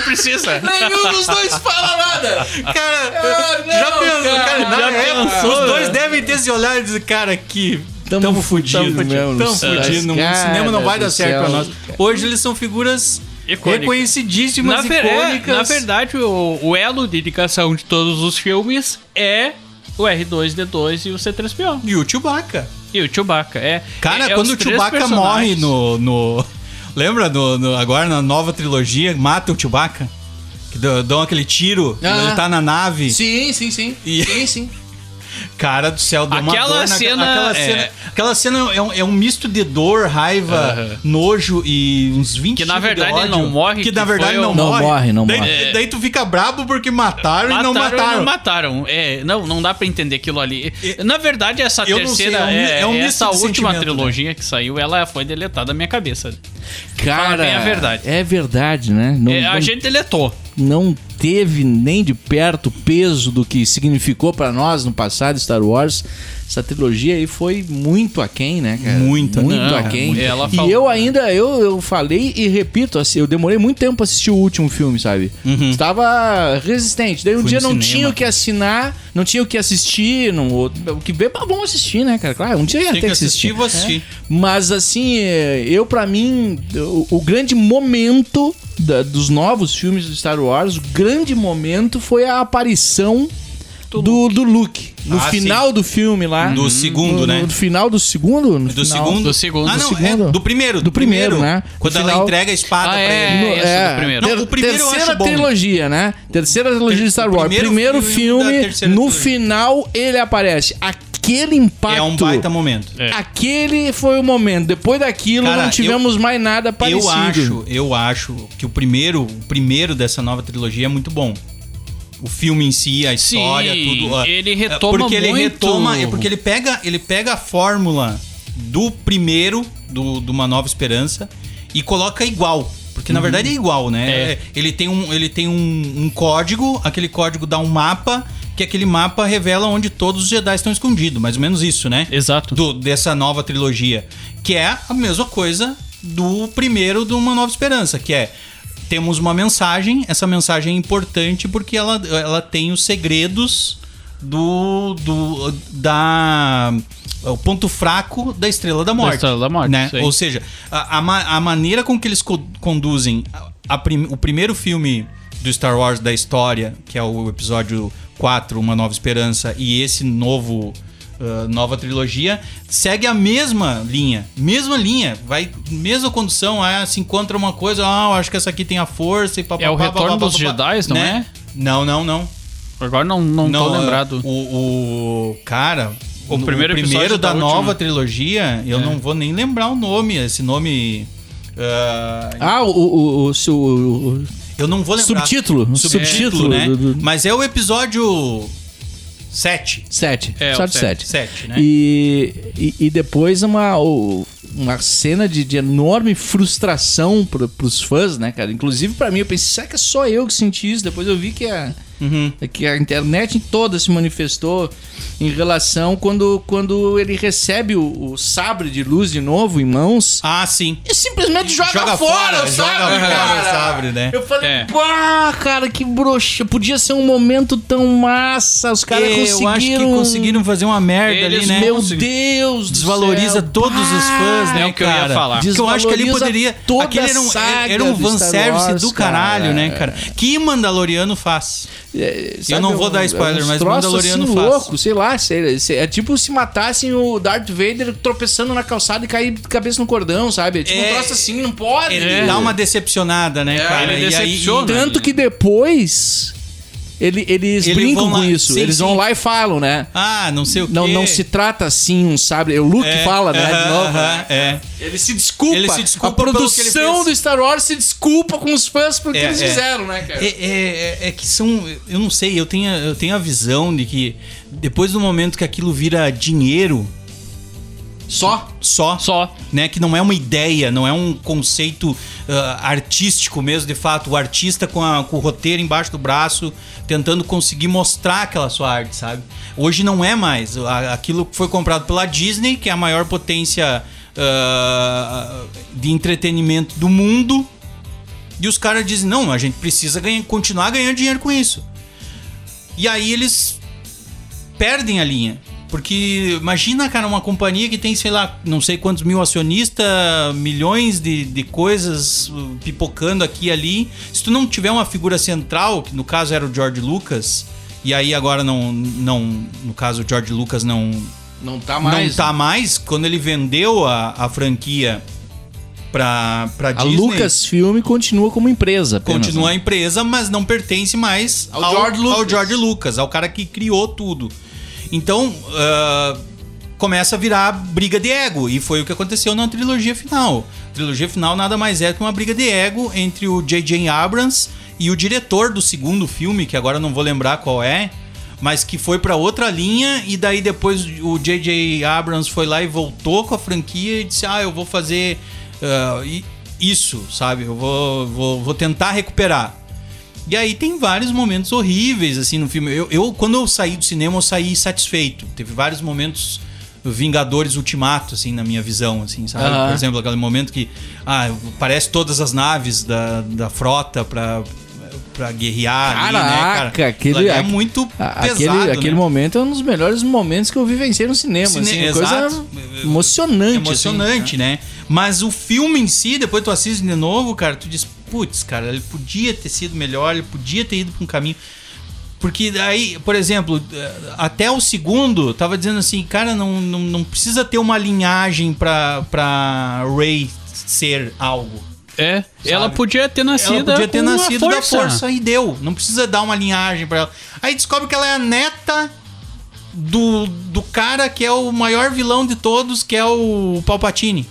S5: precisa.
S2: Nenhum dos dois fala nada.
S4: cara,
S2: Ah, não, cara,
S4: na
S2: já
S4: época,
S2: pensou,
S4: os dois devem ter se olhado e dizer, cara, que
S2: Tamo
S4: tamo
S2: fu-
S4: fudido,
S2: tamo mesmo,
S4: tamo
S2: não sei.
S4: fudido,
S2: Cara
S4: o cinema não vai dar
S2: do
S4: certo pra
S2: céu.
S4: nós. Hoje eles são figuras
S5: Icônicas.
S4: reconhecidíssimas,
S5: na, ver- é,
S4: icônicas.
S5: na verdade, o, o elo de indicação de todos os filmes é o R2D2 e o C3PO.
S4: E o Chewbacca.
S5: E o Chewbacca. É,
S4: Cara,
S5: é- é
S4: quando
S5: os
S4: o
S5: três
S4: Chewbacca morre
S5: personagens.
S4: no. no- lembra no, no- agora na nova trilogia? Mata o Chewbacca? Que dão dão aquele tiro,
S7: Ah.
S4: ele tá na nave.
S7: Sim, sim, sim.
S4: E-
S7: Sim, sim.
S4: Cara do céu, deu uma
S5: Aquela
S4: dor na-
S5: cena
S4: aquela
S5: é-
S4: cena. Aquela cena é um, é um misto de dor, raiva,
S5: Aham.
S4: nojo e uns 20
S5: Que na
S4: tipos de
S5: verdade ele
S4: ódio.
S5: não morre,
S4: Que,
S5: que
S4: na
S5: foi um-
S4: verdade
S5: o-
S4: não,
S2: Não
S4: morre.
S2: morre, não
S4: daí,
S2: morre.
S4: Daí tu fica brabo porque mataram, e não
S5: e
S4: mataram.
S5: não mataram. É, não, não dá pra entender aquilo ali. Na verdade, essa
S4: Eu não sei, é
S5: terceira,
S4: um mi-
S5: é,
S4: é um misto
S5: essa
S4: de
S5: última
S4: sentimento,
S5: trilogia que saiu, ela foi deletada da minha cabeça. Fala
S2: Cara,
S5: bem a verdade.
S2: é verdade, né? Não,
S5: É, a
S2: não,
S5: gente deletou.
S2: não teve nem de perto o peso do que significou pra nós no passado Star Wars. Essa trilogia aí foi muito aquém, né, cara?
S4: Muito,
S2: muito
S5: não,
S2: aquém.
S5: muito. Ela
S2: e
S5: falou,
S2: eu
S5: né?
S2: ainda, eu, eu falei e repito, assim, eu demorei muito tempo pra assistir o último filme, sabe? Estava resistente. Daí um
S4: Uhum. Fui
S2: dia
S4: no
S2: não
S4: cinema.
S2: tinha o que assinar, não tinha o que assistir, não, o o que ver, mas vamos assistir, né, cara? Claro, um dia ia ter
S4: Tem
S2: que
S4: que assistir
S2: assistir. É.
S4: vou assistir.
S2: Mas assim, é, eu pra mim, o, o grande momento da- dos novos filmes do Star Wars, o grande momento foi a aparição do, do Luke. No
S4: Ah,
S2: final do filme lá.
S4: Do
S2: No- no,
S4: segundo, né?
S2: No final do segundo? No
S4: Do
S2: final.
S4: segundo?
S5: do segundo.
S4: Ah,
S5: Do
S4: não,
S2: segundo.
S4: é do primeiro.
S2: Do primeiro, né?
S4: Quando
S2: No
S4: ela
S2: final-
S4: entrega a espada
S5: Ah,
S4: pra
S5: é.
S4: ele.
S2: No-
S5: esse é do primeiro.
S2: ter-
S4: Não, o primeiro eu
S2: terceira
S4: acho bom.
S2: trilogia, né? Terceira trilogia de Star Wars.
S4: primeiro
S2: Primeiro,
S4: filme da
S2: filme,
S4: terceira
S2: no
S4: trilogia.
S2: final ele aparece. Aquele impacto.
S4: É um baita momento.
S5: É.
S2: Aquele foi o momento. Depois daquilo
S4: Cara,
S2: não tivemos mais nada
S5: é
S2: parecido.
S4: Eu acho, eu acho que o primeiro, o primeiro dessa nova trilogia é muito bom. O filme em si, a
S5: Sim,
S4: história, tudo. ó.
S5: ele
S4: É,
S5: retoma
S4: porque ele
S5: muito.
S4: retoma, é porque ele pega, ele pega a fórmula do primeiro do, de uma nova esperança e coloca igual. Porque na verdade é igual, né?
S5: Uhum. É.
S4: É, Ele tem, um, ele tem um, um código, aquele código dá um mapa, que aquele mapa revela onde todos os Jedi estão escondidos, mais ou menos isso, né?
S5: Exato.
S4: do- dessa nova trilogia, que é a mesma coisa do primeiro de Uma Nova Esperança, que é temos uma mensagem, essa mensagem é importante porque ela, ela tem os segredos do, do da o ponto fraco da Estrela da Morte.
S5: Estrela da Morte,
S4: né?
S5: isso aí.
S4: Ou seja, a, a, ma- a maneira com que eles co- conduzem a- a prim- o primeiro filme do Star Wars da história, que é o episódio 4, Uma Nova Esperança, e esse novo. ah, nova trilogia segue a mesma linha, mesma linha, vai mesma condução. Ah, se encontra uma coisa, ah, eu acho que essa aqui tem a força e papapá,
S5: É o retorno
S4: papapá,
S5: dos
S4: papapá,
S5: Jedis, não é?
S4: Né? Não, não, não.
S5: Agora não, não, tô
S4: Não, é,
S5: lembrado.
S4: O, o cara.
S5: O primeiro episódio
S4: da,
S5: da
S4: nova
S5: última.
S4: trilogia, eu não vou nem lembrar o nome. Esse nome. ah,
S2: Ah, o, o, o, o, o- o-
S4: eu não vou lembrar.
S2: Subtítulo,
S4: Subtítulo,
S2: subtítulo
S4: né?
S2: do- do-
S4: Mas é o episódio 7.
S2: sete.
S5: É, o
S2: Só de
S5: sete.
S2: sete.
S4: 7, né?
S2: E, e, e depois uma, o- uma cena de, de enorme frustração pro, pros fãs, né, cara? Inclusive pra mim, eu pensei, será que é só eu que senti isso? Depois eu vi que a, é que a internet toda se manifestou em relação quando, quando ele recebe o, o sabre de luz de novo em mãos.
S4: Ah, sim.
S2: E simplesmente joga,
S4: Joga
S2: fora,
S4: fora,
S2: o
S4: joga
S2: sabre,
S4: fora o
S2: cara.
S4: sabre, né?
S2: Eu falei,
S5: É.
S2: pá, cara, que broxa. Podia ser um momento tão massa. Os caras
S4: eu
S2: conseguiram.
S4: acho que conseguiram fazer uma merda
S5: Eles
S4: ali, né?
S2: Meu Deus, do
S4: Desvaloriza
S2: céu.
S4: todos os fãs, né?
S5: É o que eu ia
S4: cara?
S5: falar.
S4: Porque eu acho que ali
S2: Desvaloriza
S4: poderia.
S2: toda
S4: Aquele era um,
S2: a saga
S4: era um
S2: do
S4: fanservice
S2: Star Wars,
S4: do caralho,
S2: cara.
S4: né, cara? Que Mandaloriano faz?
S2: É, sabe,
S4: não vou
S2: é um-
S4: dar spoiler,
S2: é uns
S4: mas
S2: troços
S4: Mandaloriano
S2: assim,
S4: faz.
S2: louco, sei lá, sei- sei- é tipo se matassem o Darth Vader tropeçando na calçada e cair de cabeça no cordão, sabe? É tipo
S4: É.
S2: um troço assim, não pode.
S4: Ele dá uma decepcionada, né, cara?
S5: É. ele
S4: E aí-
S5: decepciona.
S2: Tanto que depois ele- eles
S4: Eles
S2: brincam
S4: vão
S2: com
S4: lá-
S2: isso.
S4: sim,
S2: eles
S4: sim.
S2: vão lá e falam, né?
S4: Ah, não sei o que.
S2: Não, não se trata assim um sabre. O Luke fala, né? de novo.
S4: é.
S2: Ele se desculpa.
S4: Ele se desculpa
S2: A
S4: pelo que ele
S2: produção
S4: fez.
S2: do Star Wars se desculpa com os fãs pelo
S4: É,
S2: que eles
S4: é.
S2: fizeram, né, cara?
S4: É, é- é- é que são. Eu não sei, eu tenho, a- eu tenho a visão de que depois do momento que aquilo vira dinheiro
S2: Só.
S4: só,
S5: Só.
S4: né? Que não é uma ideia, não é um conceito ah, artístico mesmo, de fato. O artista com, a- com o roteiro embaixo do braço, tentando conseguir mostrar aquela sua arte, sabe? Hoje não é mais. A- Aquilo que foi comprado pela Disney, que é a maior potência ah, de entretenimento do mundo. E os caras dizem, não, a gente precisa ganhar- continuar ganhando dinheiro com isso. E aí eles perdem a linha. Porque imagina, cara, uma companhia que tem, sei lá, não sei quantos mil acionistas, milhões de, de coisas uh, pipocando aqui e ali. Se tu não tiver uma figura central, que no caso era o George Lucas, E aí agora não, não no caso o George Lucas não
S7: Não tá mais.
S4: não tá mais quando ele vendeu a, a franquia pra para
S2: A
S4: Disney.
S2: Lucasfilm continua como empresa. apenas,
S4: continua
S2: né?
S4: a empresa, mas não pertence mais
S7: Ao George Lucas.
S4: ao George Lucas, ao cara que criou tudo. Então, ah, começa a virar briga de ego, e foi o que aconteceu na trilogia final. Trilogia final nada mais é que uma briga de ego entre o J.J. Abrams e o diretor do segundo filme, que agora não vou lembrar qual é, mas que foi pra outra linha, e daí depois o J.J. Abrams foi lá e voltou com a franquia e disse: Ah, eu vou fazer. ah, i- isso, sabe? Eu vou, vou, vou tentar recuperar. E aí tem vários momentos horríveis, assim, no filme. Eu, eu, quando eu saí do cinema, eu saí satisfeito. Teve vários momentos Vingadores Ultimato, assim, na minha visão, assim, sabe?
S5: Aham.
S4: Por exemplo, aquele momento que ah, parece todas as naves da, da frota pra, pra guerrear ali, né, cara?
S2: Caraca, aquele-
S4: Aquilo ali é
S2: aque-
S4: muito
S2: A-
S4: pesado,
S2: aquele
S4: né?
S2: aquele momento é um dos melhores momentos que eu vivenciei no cinema.
S4: Cine-
S2: assim, uma
S4: exato.
S2: coisa emocionante. assim.
S4: emocionante, né? Mas o filme em si, depois tu assiste de novo, cara, tu diz, putz, cara, ele podia ter sido melhor, ele podia ter ido pra um caminho. Porque aí, por exemplo, eh, até o segundo, tava dizendo assim, cara, não, não, não precisa ter uma linhagem pra, pra Ray ser algo.
S5: É, ela podia ter nascido
S4: Ela podia ter
S5: com a
S4: nascido
S5: força.
S4: da força e deu. Não precisa dar uma linhagem pra ela. Aí descobre que ela é a neta do, do cara que é o maior vilão de todos, que é o Palpatine.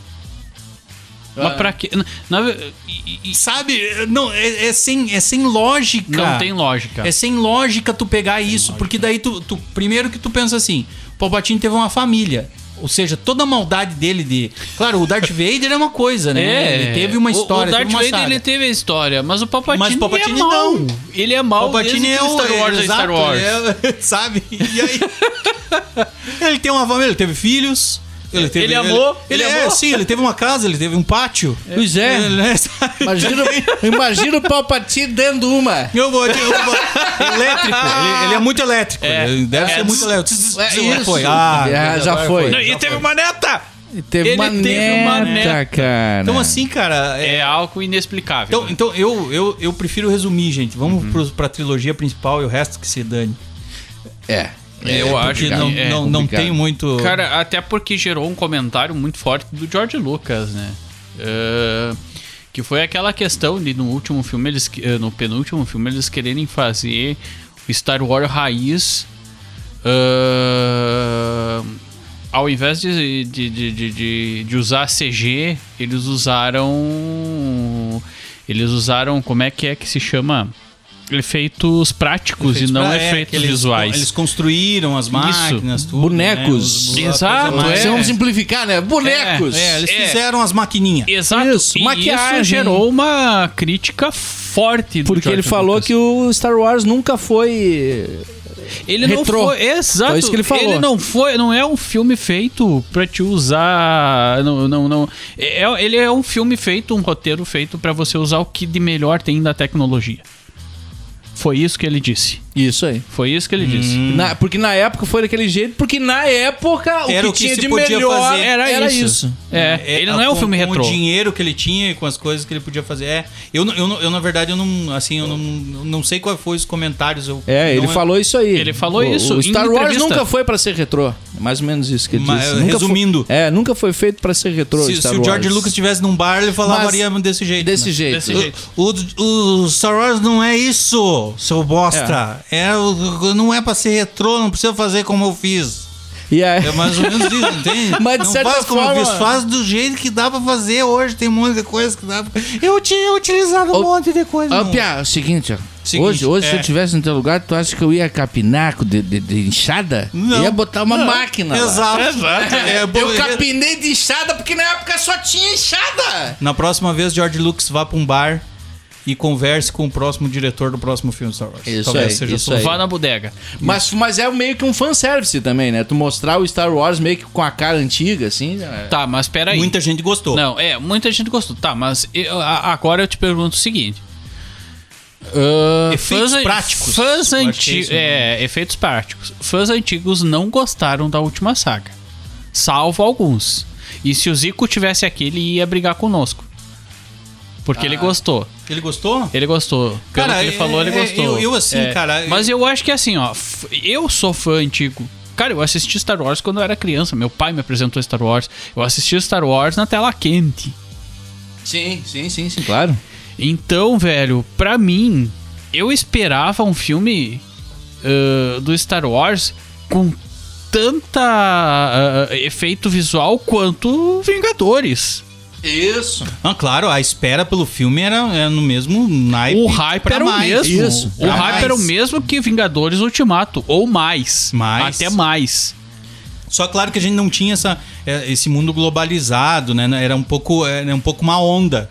S5: Mas pra quê? Na- na- e- e-
S4: Sabe? Não, é, é sem, é sem lógica.
S5: não tem lógica.
S4: É sem lógica tu pegar isso, porque daí tu, tu- Primeiro que tu pensa assim, o Palpatine teve uma família. Ou seja, toda a maldade dele de. Claro, o Darth Vader é uma coisa, né? ele teve uma
S5: o-
S4: história.
S5: O Darth
S4: teve uma
S5: Vader
S4: saga.
S5: ele teve a história, mas o Palpatine,
S4: Mas o Palpatine
S5: é mau.
S4: não.
S5: Ele é mau
S4: Palpatine
S5: desde
S4: é
S5: que
S4: o
S5: Star Wars é
S4: exato,
S5: Star Wars.
S4: ele é- sabe? E aí ele tem uma família, ele teve filhos. Ele, teve,
S5: Ele amou,
S4: Ele,
S5: ele
S4: é,
S5: amou.
S4: sim, ele teve uma casa, ele teve um pátio.
S2: Pois é.
S4: Ele, é, sabe?
S2: Imagina, imagina o Palpatine dando uma.
S4: Eu vou, eu vou- elétrico. Ele, ele é muito elétrico.
S5: É.
S4: Ele deve
S5: É,
S4: ser muito
S5: tss,
S4: elétrico.
S2: é
S4: Tss, já
S2: isso.
S4: foi. Ah,
S2: Já- já
S4: agora
S2: foi.
S5: Não, e teve uma neta!
S2: Teve
S5: Ele
S2: uma
S5: teve
S2: neta,
S5: uma neta.
S2: cara.
S4: um Então assim, cara, é-
S5: É algo inexplicável.
S4: então, então eu, eu, eu prefiro resumir, gente. Vamos
S5: Uhum.
S4: pros- pra trilogia principal e o resto que se dane. assim,
S2: É.
S5: Eu
S4: porque
S5: acho que
S4: não,
S5: é
S4: não, não
S2: complicado.
S4: tem muito.
S5: Cara, até porque gerou um comentário muito forte do George Lucas, né? Eh, que foi aquela questão de no último filme, eles, que- eh, no penúltimo filme, eles quererem fazer o Star Wars raiz. eh, ao invés de, de, de, de, de- de usar CG, eles usaram. Eles usaram. Como é que é que se chama? Efeitos práticos e não
S4: pra- é,
S5: efeitos
S4: que eles-
S5: visuais.
S4: Eles construíram as máquinas, tudo.
S2: Bonecos.
S4: né? Os- os- a
S5: Exato,
S4: coisa mais-
S5: é.
S2: Então, Vamos simplificar, né? Bonecos.
S4: É, eles
S5: É.
S4: fizeram as maquininhas.
S5: Exato.
S2: Isso,
S5: e
S2: maquiagem.
S5: isso gerou uma crítica forte do
S2: Porque
S5: George
S4: né,
S2: ele falou
S5: Lucas.
S2: que o Star Wars nunca foi.
S5: ele não
S2: retrô.
S5: foi, exato.
S2: Foi isso que ele falou.
S5: não foi, não é um filme feito pra te usar, não, não, não. É, é- ele é um filme feito, um roteiro feito pra você usar o que de melhor tem da tecnologia. Foi isso que ele disse.
S2: Isso aí.
S5: Foi isso que ele
S2: Hum.
S5: disse.
S2: Na- porque na época foi daquele jeito, porque na época o
S4: Era
S2: que,
S4: o que
S2: tinha
S4: se
S2: de
S4: podia
S2: melhor
S4: fazer.
S2: era, isso.
S5: É, ele não é um
S4: com-
S5: filme
S4: com
S5: retrô.
S4: o dinheiro que ele tinha e com as coisas que ele podia fazer. É, eu, não- eu, não- eu, na verdade, eu não, assim, eu não, eu não sei quais foram os comentários. Eu,
S2: É, ele
S4: não-
S2: falou isso aí.
S5: Ele falou
S2: O-
S5: isso
S2: O
S5: em
S2: Star Wars
S5: entrevista.
S2: nunca foi pra ser retrô. É Mais ou menos isso que ele
S4: Mas,
S2: disse. Nunca
S4: resumindo.
S2: foi- é, nunca foi feito pra ser retrô.
S4: Se,
S2: Star
S4: se o George
S2: Wars.
S4: Lucas estivesse num bar, ele falaria desse jeito.
S2: Desse
S4: né?
S2: jeito.
S5: Desse jeito.
S4: O, o Star Wars não é isso, seu bosta. É. o- não é pra ser retrô, não precisa fazer como eu fiz.
S2: E aí,
S4: É mais ou menos isso, não tem?
S2: Mas, de
S4: não
S2: certa
S4: faz como
S2: forma-
S4: eu fiz, faz do jeito que dá pra fazer hoje. Tem um monte de coisa que dá pra... Eu tinha utilizado
S2: Ô,
S4: um monte de coisa.
S2: Ó,
S4: não.
S2: Pia, é o seguinte, ó.
S4: Seguinte,
S2: hoje, hoje se
S4: é.
S2: eu tivesse no teu lugar, tu acha que eu ia capinar com de, de, de inchada?
S4: Não.
S2: Ia botar uma máquina lá.
S4: Ah, Exato. É, bom,
S2: Eu
S4: é-
S2: capinei de inchada porque na época só tinha inchada.
S4: Na próxima vez, George Lucas vá pra um bar e converse com o próximo diretor do próximo filme Star Wars.
S2: Isso aí,
S4: seja a
S2: isso
S4: solução.
S2: aí.
S5: Vá na bodega.
S2: Mas, mas é meio que um fanservice também, né? Tu mostrar o Star Wars meio que com a cara antiga, assim. é.
S5: Tá, mas peraí.
S4: Muita gente gostou.
S5: Não, é, muita gente gostou. Tá, mas eu- a- agora eu te pergunto o seguinte. Ah,
S4: Efeitos
S5: fãs, an-
S4: práticos.
S5: Fãs
S4: Eu achei
S5: antigos.
S4: isso, né?
S5: É, efeitos práticos. Fãs antigos não gostaram da última saga. Salvo alguns. E se o Zico tivesse aqui, ele ia brigar conosco. Porque ele gostou.
S4: Ele gostou?
S5: Ele gostou. Pelo
S4: Ah. Cara,
S5: que ele
S4: é-
S5: falou, ele
S4: é,
S5: gostou.
S4: eu- eu assim,
S5: É.
S4: cara, eu-
S5: Mas eu acho que assim, ó. f- Eu sou fã antigo. Cara, eu assisti Star Wars quando eu era criança. Meu pai me apresentou Star Wars. Eu assisti Star Wars na tela quente.
S2: Sim, sim, sim, sim, claro.
S5: Então, velho, pra mim, eu esperava um filme ah, do Star Wars com tanta ah, ah, efeito visual quanto Vingadores.
S2: Isso.
S4: Ah, claro, a espera pelo filme era, era no mesmo naipe.
S5: O hype
S4: É pra
S5: era o
S4: mais.
S5: mesmo.
S2: Isso,
S5: o
S4: pra
S5: hype
S4: mais.
S5: era o mesmo que Vingadores Ultimato. Ou mais.
S4: Mais.
S5: Até mais.
S4: Só claro que a gente não tinha essa, eh, esse mundo globalizado, né? Era um pouco, era um pouco uma onda.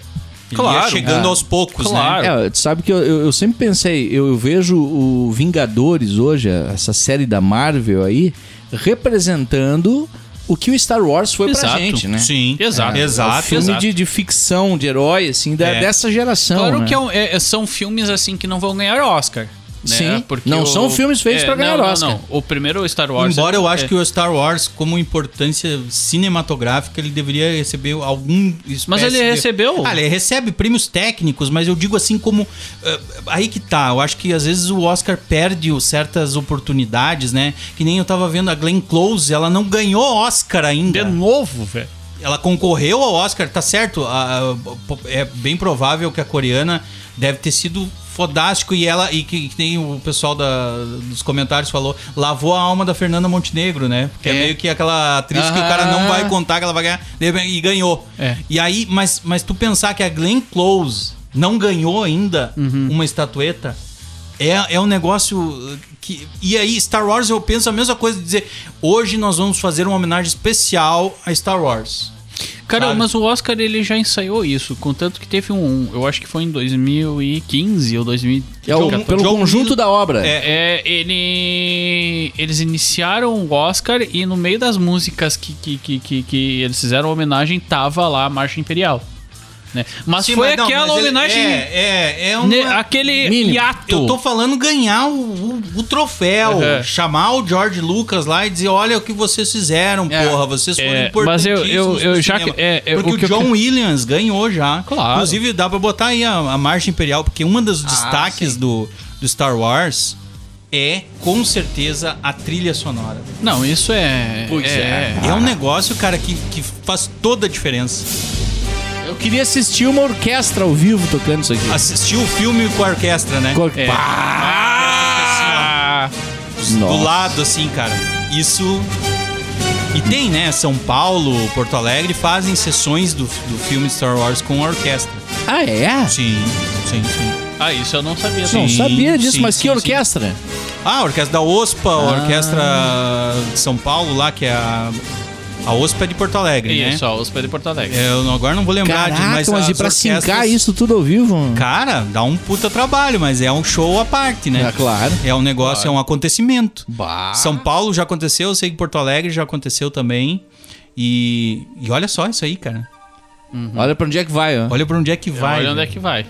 S4: Ele
S5: Claro,
S4: ia chegando
S5: é.
S4: aos poucos,
S5: Claro.
S4: né?
S2: É, tu sabe que eu, eu, eu sempre pensei, eu, eu vejo o Vingadores hoje, essa série da Marvel aí, representando o que o Star Wars foi pra
S5: Exato.
S2: gente, né?
S4: Sim,
S5: Exato.
S4: É,
S2: É o
S4: exato,
S2: filme
S4: exato.
S2: de, de ficção, de herói, assim, da-
S4: É.
S2: dessa geração.
S5: claro
S2: né?
S5: que é um- é- são filmes assim que não vão ganhar Oscar. né? é,
S2: Sim, não são filmes feitos pra ganhar
S5: não,
S2: Oscar.
S5: Não, não. O primeiro Star Wars.
S4: Embora
S5: é-
S4: eu acho
S5: é-
S4: que o Star Wars, como importância cinematográfica, ele deveria receber algum espécie
S5: Mas ele
S4: de-
S5: recebeu.
S4: Ah, ele recebe prêmios técnicos, mas eu digo assim como... eh, aí que tá, eu acho que às vezes o Oscar perde o- certas oportunidades, né? Que nem eu tava vendo a Glenn Close, ela não ganhou Oscar ainda.
S5: De novo, velho.
S4: Ela concorreu ao Oscar, tá certo? a- a- é bem provável que a coreana deve ter sido fodástico e ela, e que, que nem o pessoal da, dos comentários falou, lavou a alma da Fernanda Montenegro, né? Que é,
S5: É.
S4: meio que aquela atriz que o cara não vai contar que ela vai ganhar de repente, e ganhou.
S5: É.
S4: E aí, mas, mas tu pensar que a Glenn Close não ganhou ainda
S5: Uhum.
S4: uma estatueta. É, é um negócio que. E aí, Star Wars, eu penso a mesma coisa de dizer: hoje nós vamos fazer uma homenagem especial a Star Wars.
S5: Cara,
S4: Sabe?
S5: mas o Oscar ele já ensaiou isso. Contanto que teve um. Eu acho que foi em 2015 ou 2014.
S2: É o- pelo
S4: John
S2: conjunto
S4: Mil-
S2: da obra.
S4: um, É.
S5: É, ele, eles iniciaram o Oscar e no meio das músicas que, que, que, que, que eles fizeram homenagem tava lá a Marcha Imperial. Né? Mas
S4: Sim,
S5: foi
S4: mas não,
S5: aquela
S4: mas ele-
S5: homenagem.
S4: É, é, é uma-
S5: ne- aquele
S2: Mínimo.
S5: hiato.
S4: Eu tô falando ganhar o, o- o troféu,
S5: Uhum.
S4: chamar o George Lucas lá e dizer, olha o que vocês fizeram, porra, vocês foram
S5: É, mas eu- eu-
S4: importantíssimos
S5: eu
S4: pro
S5: já
S4: cinema."
S5: que- é, é,
S4: porque
S5: o
S4: o,
S5: que eu-
S4: John Williams ganhou já.
S5: Claro. Ah,
S4: Inclusive dá pra botar aí a, a marcha imperial, porque um dos destaques do, do Star Wars é, com certeza, a trilha sonora.
S5: Não, isso é.
S2: Pois é.
S4: É um negócio, cara, que, que faz toda a diferença.
S2: Eu queria assistir uma orquestra ao vivo tocando isso aqui.
S4: Assistir o filme com a orquestra, né?
S2: Cor-
S5: é.
S2: Pá!
S5: Ah!
S4: do
S2: Nossa.
S4: lado, assim, cara. Isso. E tem, né? São Paulo, Porto Alegre fazem sessões do, do filme Star Wars com a orquestra.
S2: Ah, é?
S4: Sim, sim, sim.
S5: Ah, isso eu não sabia.
S2: Não
S4: Sim, né?
S2: sabia disso,
S4: sim,
S2: mas
S4: sim,
S2: que
S4: sim.
S2: orquestra?
S4: Ah, a orquestra da OSPA, a
S2: Ah.
S4: orquestra de São Paulo lá, que é a. A OSPA é de Porto Alegre, né?
S5: Isso, ó, os pé de Porto Alegre.
S4: Eu não- agora não vou lembrar de
S2: Caraca, mas, e
S4: as
S2: pra sincar
S4: orquestras-
S2: isso tudo ao vivo?
S4: Cara, dá um puta trabalho, mas é um show à parte, né?
S2: É claro.
S4: É um negócio, é um acontecimento.
S2: Bah.
S4: São Paulo já aconteceu, eu sei que Porto Alegre já aconteceu também. E, e olha só isso aí, cara.
S2: Olha pra onde é que vai, ó.
S4: Olha pra onde é que vai.
S5: Olha onde é
S4: velho.
S5: que vai.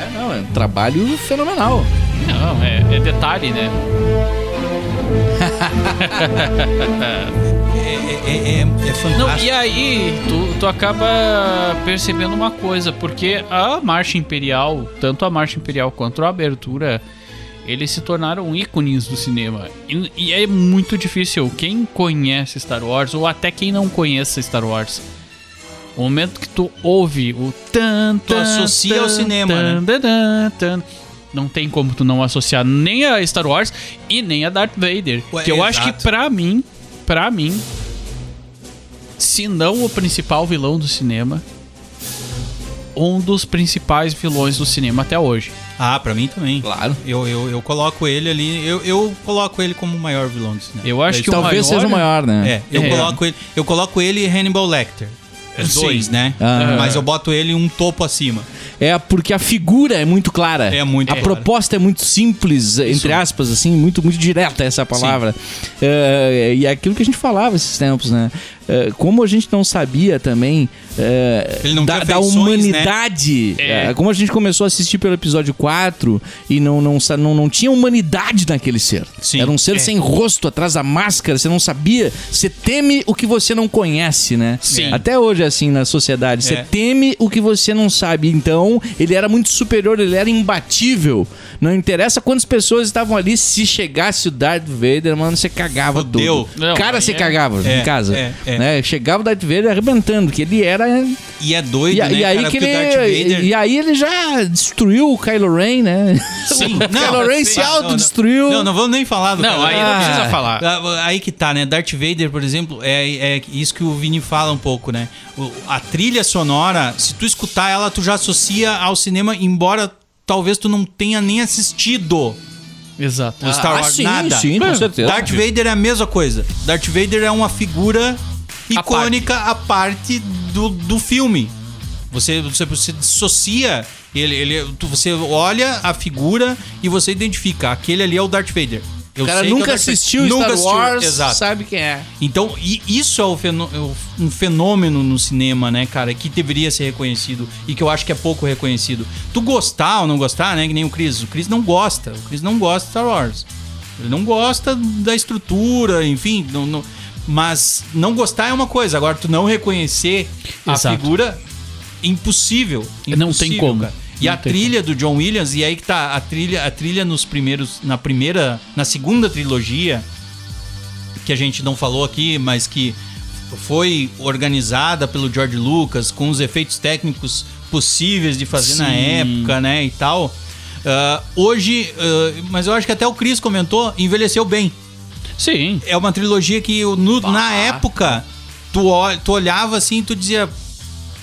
S2: É, não, é um trabalho fenomenal.
S5: Não, é, é detalhe, né?
S4: É, é- é- é
S5: Não,
S4: fantástico.
S5: e aí tu, tu acaba percebendo uma coisa, porque a Marcha Imperial, tanto a Marcha Imperial quanto a Abertura, eles se tornaram ícones do cinema. E, e é muito difícil. Quem conhece Star Wars, ou até quem não conhece Star Wars, o momento que tu ouve o tan,
S4: Tu
S5: tan,
S4: associa
S5: tan,
S4: ao cinema, né?
S5: tan, tan, tan, tan. não tem como tu não associar nem a Star Wars e nem a Darth Vader.
S4: Ué,
S5: que eu acho que
S4: exato.
S5: pra mim, pra mim, se não o principal vilão do cinema, um dos principais vilões do cinema até hoje.
S4: Ah, pra mim também.
S2: Claro.
S4: Eu, eu, eu coloco ele ali, eu, eu coloco ele como o maior vilão do cinema.
S5: Eu acho que
S2: Talvez
S5: o maior,
S2: seja o maior, né?
S4: É, eu
S5: É.
S4: coloco ele, eu coloco ele e Hannibal Lecter. Os
S5: Sim.
S4: dois, né?
S2: Ah.
S4: Mas eu boto ele um topo acima.
S2: É. porque a figura é muito clara.
S4: É muito
S2: A
S4: clara.
S2: proposta é muito simples, entre aspas, Eh, assim, muito, muito direta essa palavra. É, e é aquilo que a gente falava esses tempos, né? eh, como a gente não sabia também eh,
S4: Ele não
S2: da,
S4: tinha
S2: da
S4: feições, né?
S2: humanidade,
S5: É.
S2: eh, como a gente começou a assistir pelo episódio 4 e não, não, sa- não, não tinha humanidade naquele ser.
S4: Sim.
S2: Era um ser
S5: É.
S2: sem rosto, atrás da máscara, você não sabia. Você teme o que você não conhece, né?
S5: Sim.
S2: Até hoje é assim na sociedade. Você
S4: É.
S2: teme o que você não sabe. Então, ele era muito superior, ele era imbatível. Não interessa quantas pessoas estavam ali, se chegasse o Darth Vader, mano, você cagava
S4: Fodeu.
S2: tudo.
S5: Não,
S2: Cara,
S5: aí
S2: você
S5: é-
S2: cagava
S4: é,
S2: em casa.
S4: é, é.
S2: né? Chegava o Darth Vader arrebentando, que ele era.
S4: E é doido,
S2: E,
S4: né,
S2: e aí
S4: cara?
S2: que
S4: Porque
S2: ele,
S4: o Darth Vader...
S2: e aí ele já destruiu o Kylo Ren, né?
S4: Sim,
S2: Kylo Ren
S4: sim.
S2: se
S4: Ah, não, não.
S2: autodestruiu.
S4: Não, não vamos nem falar do
S5: Não,
S4: Kylo
S5: aí
S4: Ren.
S5: não
S2: Ah.
S5: precisa falar.
S4: Ah, Aí que tá, né? Darth Vader, por exemplo, é, é isso que o Vini fala um pouco, né? O- A trilha sonora, se tu escutar ela, tu já associa ao cinema, embora talvez tu não tenha nem assistido
S5: Exato.
S4: o Star
S2: ah,
S4: Wars.
S2: sim,
S4: nada.
S2: sim, com certeza.
S4: Darth Vader é a mesma coisa. Darth Vader é uma figura
S5: A
S4: icônica à parte do, do filme. Você, você, você dissocia, ele, ele, tu- você olha a figura e você identifica, aquele ali é o Darth Vader. Eu
S2: O cara
S4: sei que é o
S2: nunca
S4: Darth Vader.
S2: assistiu
S4: Nunca
S2: Star
S4: assistiu,
S2: Wars,
S4: Exato.
S2: sabe quem é.
S4: Então, e isso é o fenô- é o- um fenômeno no cinema, né, cara, que deveria ser reconhecido e que eu acho que é pouco reconhecido. Tu gostar ou não gostar, né, que nem o Chris. O Chris não gosta. O Chris não gosta de Star Wars. Ele não gosta da estrutura, enfim. Não, não- mas não gostar é uma coisa. Agora, tu não reconhecer a
S5: Exato.
S4: figura, impossível.
S5: É, Não
S4: impossível,
S5: tem como.
S4: cara. E
S5: Não
S4: a
S5: tem
S4: trilha do John Williams, e aí que tá a trilha, a trilha nos primeiros, na primeira, na segunda trilogia, que a gente não falou aqui, mas que foi organizada pelo George Lucas com os efeitos técnicos possíveis de fazer na época, né, e tal. Ah, hoje, ah, mas eu acho que até o Chris comentou, envelheceu bem.
S5: Sim.
S4: É uma trilogia que eu, no- na época tu, ol- tu olhava assim e tu dizia,